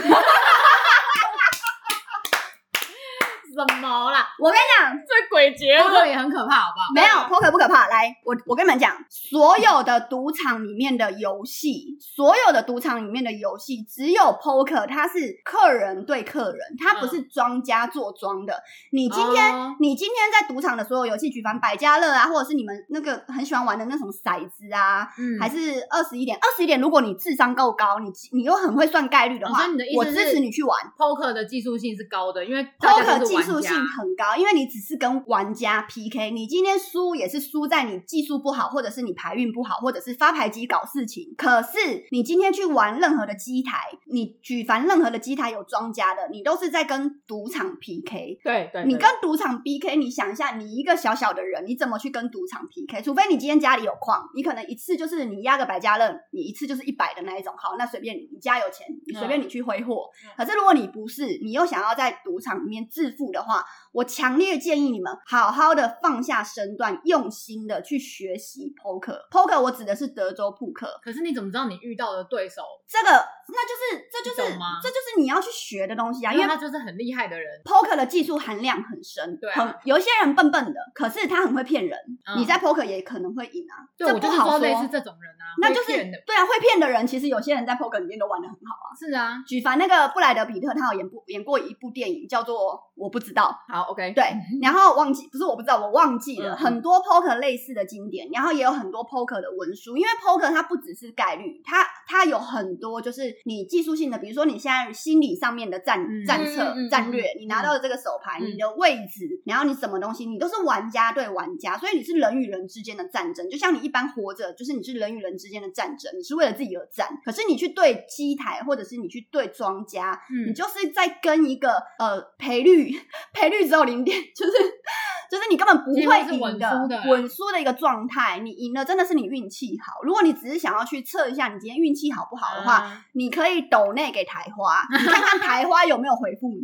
Speaker 3: 什么啦？
Speaker 2: 我跟你讲，
Speaker 4: 这鬼节
Speaker 3: 这
Speaker 4: 了，
Speaker 3: 个也很可怕，好不好？
Speaker 2: 没有 poker 不可怕。来，我我跟你们讲，所有的赌场里面的游戏，所有的赌场里面的游戏，只有 poker 它是客人对客人，它不是庄家做庄的。你今天、
Speaker 3: 嗯哦
Speaker 2: 你今天在赌场的所有游戏，举凡百家乐啊，或者是你们那个很喜欢玩的那什么骰子啊，
Speaker 3: 嗯
Speaker 2: 还是二十一点，二十一点，如果你智商够高，你你又很会算概率的
Speaker 3: 哦
Speaker 2: 话，
Speaker 3: 所以你的意思
Speaker 2: 我
Speaker 3: 是
Speaker 2: 支持你去玩。
Speaker 3: poker 的技术性是高的，因为大家
Speaker 2: poker
Speaker 3: 都是
Speaker 2: 技
Speaker 3: 玩家
Speaker 2: 术性很高，因为你只是跟玩家 PK，你今天输也是输在你技术不好，或者是你牌运不好，或者是发牌机搞事情。可是你今天去玩任何的机台，你举凡任何的机台有庄家的，你都是在跟赌场 PK。
Speaker 4: 对对，
Speaker 2: 你
Speaker 4: 对
Speaker 2: 跟赌场 PK，你想一下，你一个小小的人，你怎么去跟赌场 PK？除非你今天家里有矿，你可能一次就是你压个百家乐，你一次就是一百的那一种。好，那随便你，你家有钱，你随便你去挥霍。可是如果你不是，你又想要在赌场里面致富的话，我强烈建议你们好好的放下身段，用心的去学习 poker。poker 我指的是德州扑克，
Speaker 3: 可是你怎么知道你遇到的对手？
Speaker 2: 这个那就是这就是
Speaker 3: 你懂吗
Speaker 2: 这就是你要去学的东西啊，
Speaker 3: 因
Speaker 2: 因
Speaker 3: 为
Speaker 2: 为
Speaker 3: 他就是很厉害的人，
Speaker 2: poker 的技术含量很深，
Speaker 3: 对啊
Speaker 2: 很有一些人笨笨的，可是他很会骗人。
Speaker 3: 嗯
Speaker 2: 你在 poker 也可能会赢啊，
Speaker 3: 对
Speaker 2: 这
Speaker 3: 我
Speaker 2: 不
Speaker 3: 就是
Speaker 2: 好说。
Speaker 3: 说类似这种人啊，
Speaker 2: 那就是
Speaker 3: 会骗的
Speaker 2: 对啊，会骗的人，其实有些人在 poker 里面都玩的很好啊。
Speaker 3: 是啊，
Speaker 2: 举凡那个布莱德比特，他有演部演过一部电影叫做《我不知道》，
Speaker 3: 好 OK，
Speaker 4: 嗯
Speaker 2: 对，然后忘记不是我不知道，我忘记了、
Speaker 3: 嗯
Speaker 2: 很多 poker 类似的经典，然后也有很多 poker 的文书，因为 poker 它不只是概率，它它有很多就是你技术性的，比如说你现在心理上面的战、
Speaker 3: 嗯
Speaker 2: 战策、
Speaker 4: 嗯嗯嗯
Speaker 2: 战略，你拿到的这个手牌、
Speaker 3: 嗯
Speaker 2: 你的位置，然后你什么东西，你都是玩家对玩家，所以你是人与人之间的战争，就像你一般活着，就是你是人与人之间的战争，你是为了自己而战，可是你去对机台，或者是你去对庄家，你
Speaker 3: 嗯，
Speaker 2: 就是在跟一个呃赔率赔率只有零点，就是就是你根本不会
Speaker 3: 几乎是
Speaker 2: 赢
Speaker 3: 稳输的
Speaker 2: 的稳输的一个状态。你赢了真的是你运气好。如果你只是想要去测一下你今天运气好不好的话，
Speaker 3: 啊
Speaker 2: 你可以抖内给台花，你看看台花有没有回复你。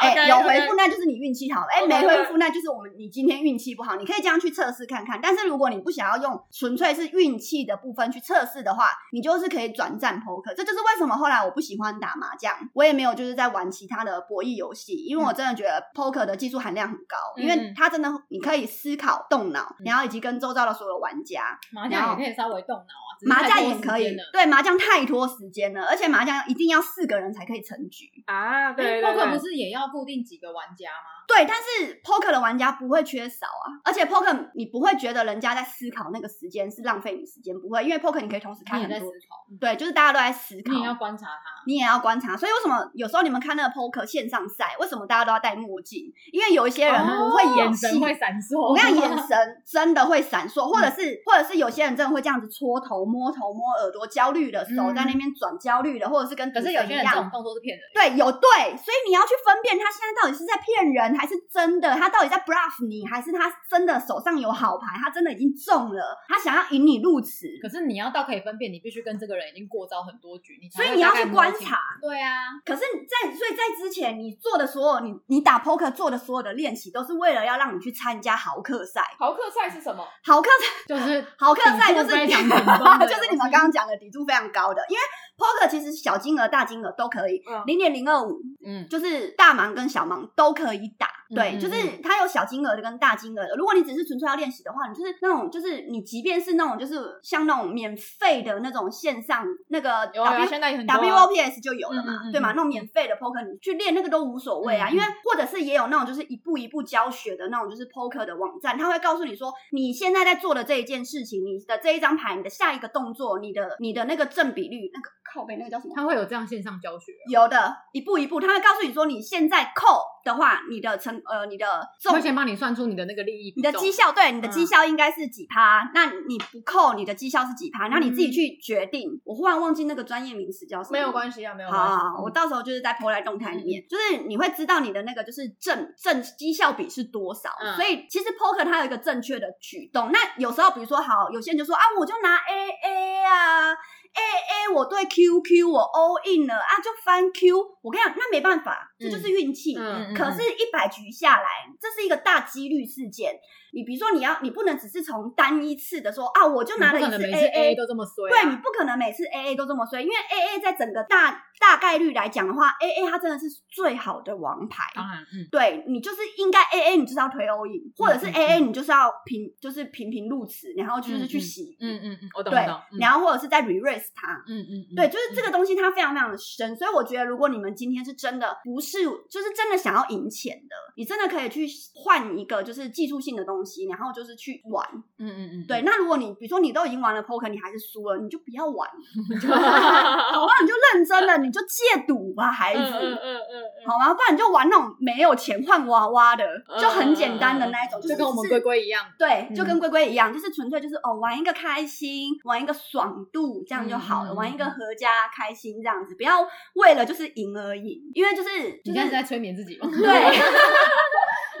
Speaker 2: 哎、
Speaker 4: OK，
Speaker 2: 有
Speaker 4: OK
Speaker 2: 回复那就是你运气好，哎、
Speaker 4: OK，
Speaker 2: 没回复那就是我们你今天运气不好。你可以这样去测试看看，但是如果你不想要用纯粹是运气的部分去测试的话，你就是可以转战 poker。这就是为什么后来我不喜欢打麻将，我也没有就是在玩其他的博弈游戏，因为我真的觉得 poker 的技术含量很高，因为
Speaker 3: 嗯
Speaker 2: 它真的你可以思考、动脑，然后以及跟周遭的所有玩家，
Speaker 3: 麻将也可以稍微动脑啊，只是
Speaker 2: 麻
Speaker 3: 太
Speaker 2: 将
Speaker 3: 多
Speaker 2: 也可
Speaker 3: 时
Speaker 2: 以
Speaker 3: 间了，
Speaker 2: 对，麻将太拖时间了，而且麻将一定要四个人才可以成局。
Speaker 4: 啊，对对
Speaker 3: 哎
Speaker 4: 对，
Speaker 3: ，poker 不是也要固定几个玩家吗？
Speaker 2: 对，但是 poker 的玩家不会缺少啊，而且 poker 你不会觉得人家在思考那个时间是浪费你时间，不会，因为 poker 你可以同时看
Speaker 3: 你也
Speaker 2: 很
Speaker 3: 在思
Speaker 2: 多，
Speaker 3: 考，
Speaker 2: 对，就是大家都在思考
Speaker 3: 你。也要观察他，
Speaker 2: 你也要观察，所以为什么有时候你们看那个 poker 线上赛，为什么大家都要戴墨镜？因为有一些人不会演
Speaker 3: 眼
Speaker 2: 戏，
Speaker 3: 神哦会闪烁，
Speaker 2: 我跟你讲，
Speaker 3: 哦
Speaker 2: 眼神真的会闪烁，或者
Speaker 3: 嗯
Speaker 2: 是，或者是有些人真的会这样子戳头、摸头、摸耳朵，焦虑的手
Speaker 3: 嗯
Speaker 2: 在那边转焦虑的，或者是跟
Speaker 3: 可是
Speaker 2: 赌
Speaker 3: 有
Speaker 2: 神
Speaker 3: 些
Speaker 2: 一
Speaker 3: 人这种
Speaker 2: 样，
Speaker 3: 动作是骗人的，
Speaker 2: 对，有对，所以你要去分辨他现在到底是在骗人还是真的，他到底在 bluff 你，还是他真的手上有好牌，他真的已经中了，他想要引你入池，
Speaker 3: 可是你要到可以分辨，你必须跟这个人已经过招很多局，你才
Speaker 2: 所以
Speaker 3: 会
Speaker 2: 你要
Speaker 3: 大概
Speaker 2: 去
Speaker 3: 摸
Speaker 2: 观
Speaker 3: 清
Speaker 2: 察。
Speaker 3: 对啊，
Speaker 2: 可是你在所以在之前你做的所有你你打 poker 做的所有的练习，都是为了要让你去参加豪客赛，
Speaker 4: 豪客赛是什么？
Speaker 2: 豪客赛。
Speaker 3: 就是
Speaker 2: 豪客赛就是
Speaker 3: 顶住非常
Speaker 2: <laughs>
Speaker 3: 紧绷的
Speaker 2: 就是你们刚刚讲的底柱非常高的，因为 poker 其实小金额、大金额都可以
Speaker 4: 嗯，
Speaker 2: 零点零二五
Speaker 3: 嗯，
Speaker 2: 就是大盲跟小盲都可以打。
Speaker 3: 嗯
Speaker 2: 对，
Speaker 3: 嗯
Speaker 2: 就是它有小金额的跟大金额的。如果你只是纯粹要练习的话，你就是那种，就是你即便是那种，就是像那种免费的那种线上那个
Speaker 4: 有啊，
Speaker 2: W
Speaker 4: 现在也很多啊
Speaker 2: WOPS 就有了嘛，
Speaker 3: 嗯嗯嗯
Speaker 2: 对嘛？那种免费的 poker 你去练那个都无所谓啊，
Speaker 3: 嗯
Speaker 2: 因为或者是也有那种就是一步一步教学的那种就是 poker 的网站，他会告诉你说你现在在做的这一件事情，你的这一张牌，你的下一个动作，你的你的那个正比率，那个靠背那个叫什么？
Speaker 3: 他会有这样线上教学，
Speaker 2: 有的，一步一步，他会告诉你说，你现在扣的话，你的成呃，你的中
Speaker 3: 会先帮你算出你的那个利益比
Speaker 2: 你的
Speaker 3: 重，
Speaker 2: 绩效，对你的绩
Speaker 3: 嗯
Speaker 2: 效应该是几趴、那你不扣，你的绩效是几趴？然后你自
Speaker 3: 嗯
Speaker 2: 己去决定。我忽然忘记那个专业名词叫什么，
Speaker 4: 没有关系啊，没有
Speaker 2: 好
Speaker 4: 关
Speaker 2: 好，
Speaker 4: 系。
Speaker 2: 好
Speaker 3: 嗯
Speaker 2: 我到时候就是在 PO 来动态里面，就是你会知道你的那个就是正正绩效比是多少。
Speaker 3: 嗯
Speaker 2: 所以其实 poker 它有一个正确的举动。那有时候比如说好，有些人就说啊，我就拿 A A A 啊，A A 我对 Q Q 我 all in 了啊，就翻 Q。我跟你讲，那没办法，这就是运气。
Speaker 3: 嗯
Speaker 2: 可是，一百局下来，这是一个大几率事件。你比如说，你要你不能只是从单一次的说啊，我就拿了
Speaker 3: 你
Speaker 2: 一
Speaker 3: 不可能每次
Speaker 2: A
Speaker 3: A 都这么衰
Speaker 2: 对
Speaker 3: 啊，
Speaker 2: 你不可能每次 A A 都这么衰，因为 A A 在整个大大概率来讲的话，A A 它真的是最好的王牌。
Speaker 3: 当然，嗯，
Speaker 2: 对你就是应该 A A，你就是要推欧印，或者是
Speaker 3: 嗯嗯
Speaker 2: A A，你就是要平就是频频入池，然后就是去洗，
Speaker 3: 嗯嗯嗯，我懂，
Speaker 2: 对
Speaker 3: 我懂，，嗯
Speaker 2: 然后或者是再 re raise 它，
Speaker 3: 嗯嗯，
Speaker 2: 对，就是这个东西它非常非常的深，所以我觉得如果你们今天是真的不是，就是真的想要赢钱的，你真的可以去换一个就是技术性的东西，然后就是去玩。
Speaker 3: 嗯，嗯嗯嗯，
Speaker 2: 对，那如果你比如说你都已经玩了 poker，你还是输了，你就不要
Speaker 3: <laughs>
Speaker 2: 玩，
Speaker 3: 嗯，
Speaker 2: 好吧？你就认真了，你就戒赌吧，孩
Speaker 3: 嗯嗯
Speaker 2: 子。
Speaker 3: 嗯嗯，
Speaker 2: 好吗？不然你就玩那种没有钱换娃娃的，就很简单的
Speaker 3: 嗯嗯嗯
Speaker 2: 那一种，
Speaker 3: 就跟我们
Speaker 2: 是
Speaker 3: 龟龟一样，
Speaker 2: 对，
Speaker 3: 嗯
Speaker 2: 就跟龟龟一样，就是纯粹就是哦，玩一个开心，玩一个爽度，这样就好了，
Speaker 3: 嗯嗯
Speaker 2: 玩一个合家开心这样子，不要为了就是赢而赢，因为就是就是
Speaker 3: 你现在是在催眠自己吗？
Speaker 2: 对，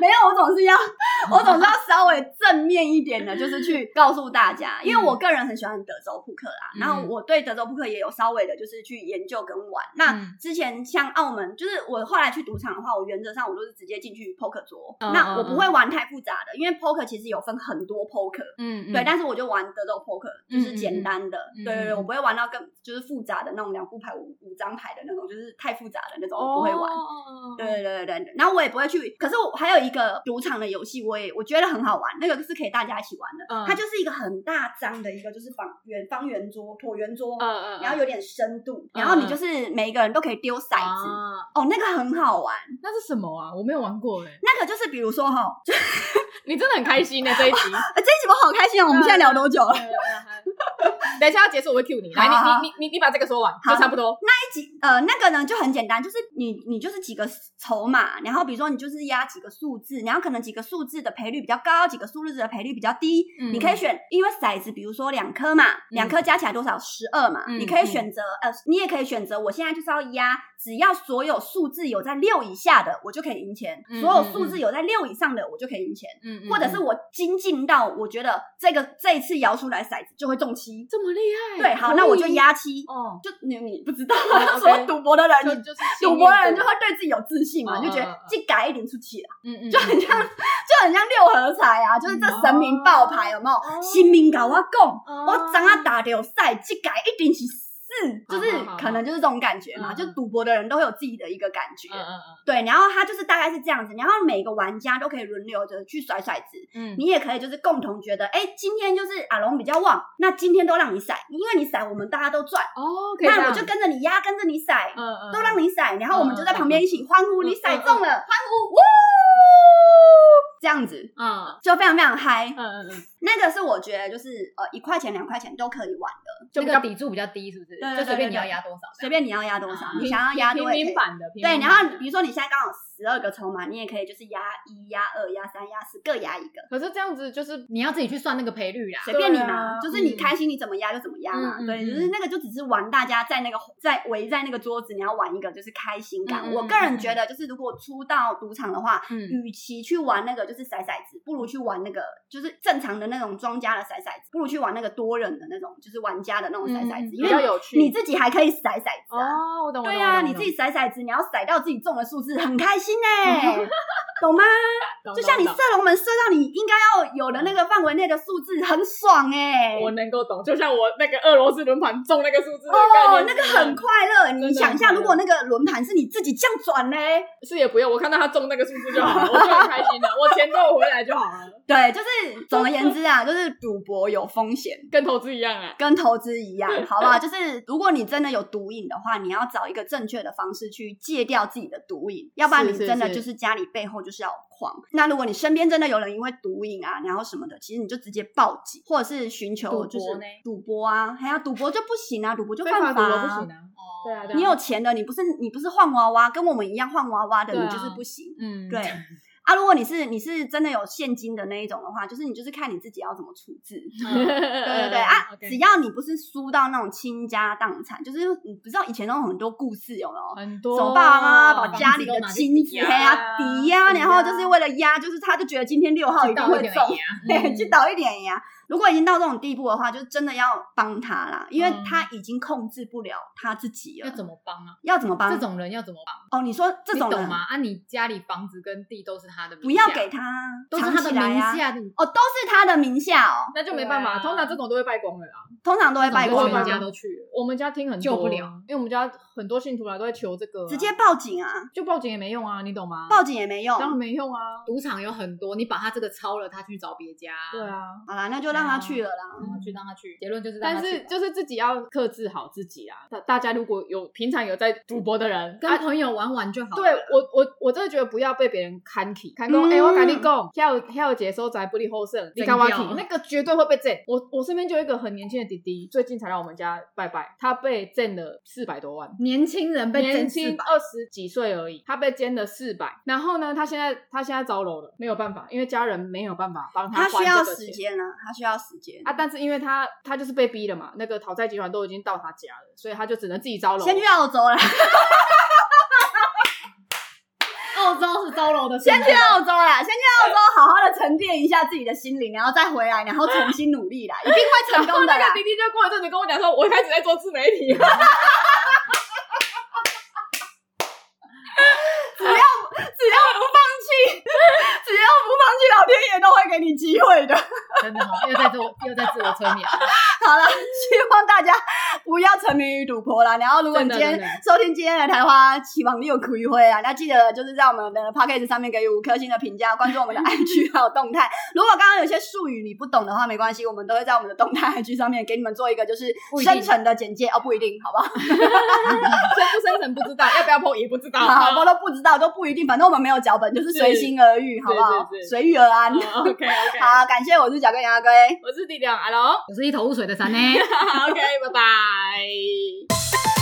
Speaker 2: 没有，我总是要，我总是要稍微正面一点的，就是去告诉大家，因为我个人很喜欢德州扑克啦，
Speaker 3: 嗯
Speaker 2: 然后我对德州扑克也有稍微的，就是去研究跟玩。那
Speaker 3: 嗯
Speaker 2: 之前像澳门，就是我后来去赌场的话，我原则上我都是直接进去 poker 桌，
Speaker 3: 嗯
Speaker 2: 那我
Speaker 3: 嗯
Speaker 2: 不会玩太复杂的，因为 poker 其实有分很多 poker，
Speaker 3: 嗯，嗯
Speaker 2: 对，但是我就玩德州 poker，就是简单的，
Speaker 3: 嗯嗯嗯
Speaker 2: 对对对，
Speaker 3: 嗯
Speaker 2: 我不会玩到更就是复杂的那种两副牌五五张牌的那种，就是太复杂的那种，我不会玩。
Speaker 3: 哦
Speaker 2: 对对对对，然后我也不会去。可是我还有一个赌场的游戏，我也我觉得很好玩，那个是可以大家一起玩的。
Speaker 3: 嗯
Speaker 2: 它就是一个很大张的一个，就是方圆方圆桌、椭圆桌，
Speaker 3: 嗯嗯，
Speaker 2: 然后哦有点深度，
Speaker 3: 嗯
Speaker 2: 然后你就是每一个人都可以丢骰
Speaker 3: 骰
Speaker 2: 子。哦，那个很好玩，
Speaker 3: 那是什么啊？我没有玩过哎，
Speaker 2: 那个就是比如说哈，就
Speaker 4: 欸 <laughs> 你真的很开心呢欸这一
Speaker 2: <laughs>
Speaker 4: 集。哎
Speaker 2: 呃这一集我好开心哦！我们现在聊多久
Speaker 4: <laughs>
Speaker 2: 了？
Speaker 4: 等一下要结束，我会 Q 你。来，
Speaker 2: 好好好
Speaker 4: 你你你你你把这个说完，
Speaker 2: 好
Speaker 4: 就差不多。
Speaker 2: 几呃，那个呢就很简单，就是你你就是几个筹码，然后比如说你就是压几个数字，然后可能几个数字的赔率比较高，几个数字的赔率比较低，
Speaker 3: 嗯
Speaker 2: 你可以选，因为骰子比如说两颗嘛，两
Speaker 4: 嗯
Speaker 2: 颗加起来多少十二嘛，
Speaker 3: 嗯
Speaker 2: 你可以选择呃，你也可以选择我现在就是要压，只要所有数字有在六以下的，我就可以赢钱；
Speaker 3: 嗯
Speaker 2: 所有数字有在六以上的，我就可以赢钱。
Speaker 3: 嗯，嗯
Speaker 2: 或者是我精进到我觉得这个这一次摇出来骰子就会中七，
Speaker 4: 这么厉害
Speaker 2: 对，好，那我就压七。
Speaker 4: 哦，
Speaker 2: 就你你不知道， <laughs>
Speaker 4: 哦，OK
Speaker 2: 所有赌博的人，
Speaker 4: 就
Speaker 2: 你
Speaker 4: 就是
Speaker 2: 赌博的人就会对自己有自信嘛，
Speaker 3: 嗯
Speaker 2: 就觉
Speaker 3: 嗯
Speaker 2: 得
Speaker 3: 嗯
Speaker 2: 这改一点出去啊，
Speaker 3: 嗯嗯，哦
Speaker 2: 就很像 <laughs> 就很像六合彩啊，就是这神明爆牌有没有？神明搞我讲，我怎啊打掉赛，这改一定是四，就是
Speaker 3: 好好好
Speaker 2: 可能就是这种感觉嘛，
Speaker 3: 嗯嗯
Speaker 2: 就赌博的人都会有自己的一个感觉
Speaker 3: 嗯。嗯
Speaker 2: 对，然后他就是大概是这样子，然后每个玩家都可以轮流着去甩骰子，
Speaker 3: 嗯嗯
Speaker 2: 你也可以就是共同觉得，哎，今天就是阿龙比较旺，那今天都让你骰，因为你骰我们大家都赚，
Speaker 3: 哦，可以这
Speaker 2: 那
Speaker 3: 样
Speaker 2: 我就跟着你压，跟着你骰，
Speaker 3: 嗯嗯，
Speaker 2: 都让你骰，然后我们
Speaker 4: 嗯
Speaker 2: 就在旁边一起欢呼，
Speaker 3: 嗯
Speaker 2: 你
Speaker 3: 嗯
Speaker 2: 骰
Speaker 3: 嗯
Speaker 2: 中了，欢呼，呜，这样子
Speaker 3: 嗯
Speaker 2: 就非常非常嗨
Speaker 3: 嗯。嗯嗯，
Speaker 2: 那个是我觉得就是呃一块钱两块钱都可以玩的，
Speaker 3: 就那个底柱比较低，是不是？
Speaker 2: 对
Speaker 3: 就随便你要压多少，
Speaker 2: 随便你要压多少，
Speaker 3: 嗯
Speaker 2: 你想要压
Speaker 4: 啊平
Speaker 2: 多也可
Speaker 4: 民
Speaker 2: 以。
Speaker 4: 版的，平
Speaker 2: 对，
Speaker 4: 民
Speaker 2: 然
Speaker 4: 版
Speaker 2: 后你比如说你现在刚好十二个筹码，你也可以就是压一、压二、压三、压四，各压一个，
Speaker 4: 可是这样子就是
Speaker 3: 你要自己去算那个赔率啦。
Speaker 2: 随便你
Speaker 4: 对
Speaker 2: 嘛，
Speaker 4: 啊
Speaker 2: 就是你开心你怎么压就怎么压嘛。
Speaker 3: 嗯嗯嗯
Speaker 2: 对，
Speaker 3: 嗯
Speaker 2: 就是那个就只是玩大家在那个在围在那个桌子，你要玩一个就是开心感。
Speaker 3: 嗯嗯
Speaker 2: 我个人觉得就是如果出到赌场的话，
Speaker 3: 嗯
Speaker 2: 与其去玩那个就是骰骰子，不如去玩那个就是正常的那种庄家的骰骰子，不如去玩那个多人的那种就是玩家的那种骰骰子，
Speaker 3: 嗯
Speaker 2: 因
Speaker 4: 比较
Speaker 2: 为
Speaker 4: 有趣。
Speaker 2: 你自己还可以骰骰子啊。
Speaker 4: 哦，我懂，我懂
Speaker 2: 对啊，
Speaker 4: 我懂
Speaker 2: 你自己骰骰子，你要骰到自己中的数字，很开心 <laughs> 哎、懂吗？
Speaker 4: 懂
Speaker 2: 就像你
Speaker 4: 懂
Speaker 2: 射龙门射到你应该要有的那个范围内的数字，很爽哎、
Speaker 4: 懂我能够懂，就像我那个俄罗斯轮盘中那个数字的概
Speaker 2: 哦那
Speaker 4: 念，是
Speaker 2: 个
Speaker 4: 一样
Speaker 2: 很快乐。你
Speaker 4: 真的
Speaker 2: 想一下，
Speaker 4: 很快乐
Speaker 2: 如果那个轮盘是你自己这样转呢？
Speaker 4: 是也不用，我看到他中那个数字就好了，我就很开心了，我钱都有回来就好了，
Speaker 2: 对，就是总而言之啊，就是赌博有风险，
Speaker 4: 跟投资一样啊。
Speaker 2: 跟投资一样，好不好？就是如果你真的有毒瘾的话，你要找一个正确的方式去戒掉自己的毒瘾，要不然你
Speaker 4: 是是
Speaker 2: 真的
Speaker 4: 是
Speaker 2: 就是家里背后就是要狂。那如果你身边真的有人因为毒瘾啊，然后什么的，其实你就直接报警，或者是寻求
Speaker 3: 赌
Speaker 2: 就是
Speaker 3: 博呢
Speaker 2: 赌博啊，还有赌博就不行啊，赌博就
Speaker 4: 非
Speaker 2: 犯
Speaker 4: 法赌
Speaker 2: 啊。
Speaker 4: 博不行啊，对啊，对啊。
Speaker 2: 你有钱的，你不是你不是换娃娃，跟我们一样换娃娃的，
Speaker 3: 对啊
Speaker 2: 你就是不行。
Speaker 3: 嗯
Speaker 4: <laughs>
Speaker 2: 对。啊，如果你是你是真的有现金的那一种的话，就是你就是看你自己要怎么处置。
Speaker 4: 嗯
Speaker 3: 嗯
Speaker 2: 对对对啊只要你不是输到那种倾家荡产，就是你不知道以前那种很多故事有没有？
Speaker 3: 很
Speaker 2: 什
Speaker 3: 多
Speaker 2: 么爸爸妈妈把
Speaker 3: 房
Speaker 2: 家
Speaker 3: 子
Speaker 2: 里
Speaker 3: 都
Speaker 2: 的
Speaker 3: 拿去
Speaker 2: 金子
Speaker 3: 抵押
Speaker 2: 嘿啊抵押，
Speaker 3: 抵
Speaker 2: 然后就是为了压，就是他就觉得今天六号一定
Speaker 3: 到
Speaker 2: 会 <laughs>
Speaker 3: 一点嗯
Speaker 2: 中，
Speaker 3: 呀，
Speaker 2: 嘿，去倒一点呀。如果已经到这种地步的话，就真的要帮他啦，因为他已经控制不了他自己了。
Speaker 3: 嗯要怎么帮啊？
Speaker 2: 要怎么帮？
Speaker 3: 这种人要怎么帮？
Speaker 2: 哦，你说这
Speaker 3: 你
Speaker 2: 种
Speaker 3: 懂
Speaker 2: 人
Speaker 3: 吗？啊，你家里房子跟地都是他的名下，
Speaker 2: 不要给他
Speaker 3: 都是
Speaker 2: 藏
Speaker 3: 他的
Speaker 2: 起来
Speaker 3: 名
Speaker 2: 啊
Speaker 3: 下，你
Speaker 2: 哦，都是他的名下哦，
Speaker 4: 那就没办法，
Speaker 3: 对啊
Speaker 4: 通常这种都会败光了啦。
Speaker 2: 通常都会败
Speaker 4: 种
Speaker 2: 光
Speaker 4: 就
Speaker 3: 全
Speaker 4: 是
Speaker 3: 家
Speaker 2: 啊，
Speaker 3: 都去了。
Speaker 4: 我们家听很
Speaker 3: 救
Speaker 4: 多
Speaker 3: 不了，
Speaker 4: 因为我们家很多信徒来都在求这个啊、
Speaker 2: 直接报警啊，
Speaker 4: 就报警也没用啊，你懂吗？
Speaker 2: 报警也没用。
Speaker 4: 当然没用啊。
Speaker 3: 赌场有很多，你把他这个抄了，他去找别家，
Speaker 4: 对，啊，
Speaker 2: 好啦，那就让他去了啦。
Speaker 3: 然后去让他去，结论就是让他去
Speaker 4: 但是
Speaker 3: 吧
Speaker 4: 就是自己要克制好自己啊。大大家如果有平常有在赌博的人，
Speaker 3: 跟朋友玩玩就好了。
Speaker 4: 啊对我我我真的觉得不要被别人看起，看讲
Speaker 2: 嗯啊
Speaker 4: 哎、欸我跟你讲，跳跳节收宅不利后胜，你看我起
Speaker 3: 整掉
Speaker 4: 那个绝对会被震。我我身边就有一个很年轻的弟弟，最近才来我们家拜拜，他被震了四百多万。
Speaker 3: 年轻人被
Speaker 4: 年
Speaker 3: 整
Speaker 4: 轻
Speaker 3: 400
Speaker 4: 二十几岁而已，他被奸了四百，然后呢，他现在他现在招楼了，没有办法，因为家人没有办法帮
Speaker 2: 他
Speaker 4: 还这
Speaker 2: 需要
Speaker 4: 个钱
Speaker 2: 时间啊，他需要时间。
Speaker 4: 啊，但是因为他他就是被逼了嘛，那个讨债集团都已经到他家了，所以他就只能自己招楼。
Speaker 2: 先去澳洲啦，
Speaker 4: 哦
Speaker 3: 澳洲是招楼的，
Speaker 2: 先去澳洲啦，先去澳洲好好的沉淀一下自己的心灵，然后再回来，然后重新努力啦，一定会成功的
Speaker 4: <laughs> 那
Speaker 2: 啦
Speaker 4: 个。弟弟就过一阵子跟我讲说，我开始在做自媒体了。
Speaker 2: 只要不放弃， <laughs> 只要不放弃，老天爷都会给你机会的。
Speaker 3: <laughs> 真的哦，又在自我又在自我催眠。
Speaker 2: <laughs> 好了，希望大家不要沉迷于赌博啦。然后，如果你今天
Speaker 4: 真的真
Speaker 2: 收听今天的台花期望你有苦一会啊，那记得就是在我们的 podcast 上面给予五颗星的评价，关注我们的 IG 还有动态。如果刚刚有些术语你不懂的话，没关系，我们都会在我们的动态 IG 上面给你们做一个就是
Speaker 3: 不一定
Speaker 2: 深层的简介哦，不一定，好不好？
Speaker 4: 深不深层不知道，要不要碰也不知道。
Speaker 2: 好，我都不知道，都不一定，反正我们没有脚本，就是随心而欲，好不好
Speaker 4: 是是？是哦
Speaker 2: 随遇而安。
Speaker 4: OK OK，
Speaker 2: 好，感谢我是小哥杨阿龟。
Speaker 4: 我是弟弟阿龙。
Speaker 3: 我是一头雾水的山呢。
Speaker 4: OK，拜拜。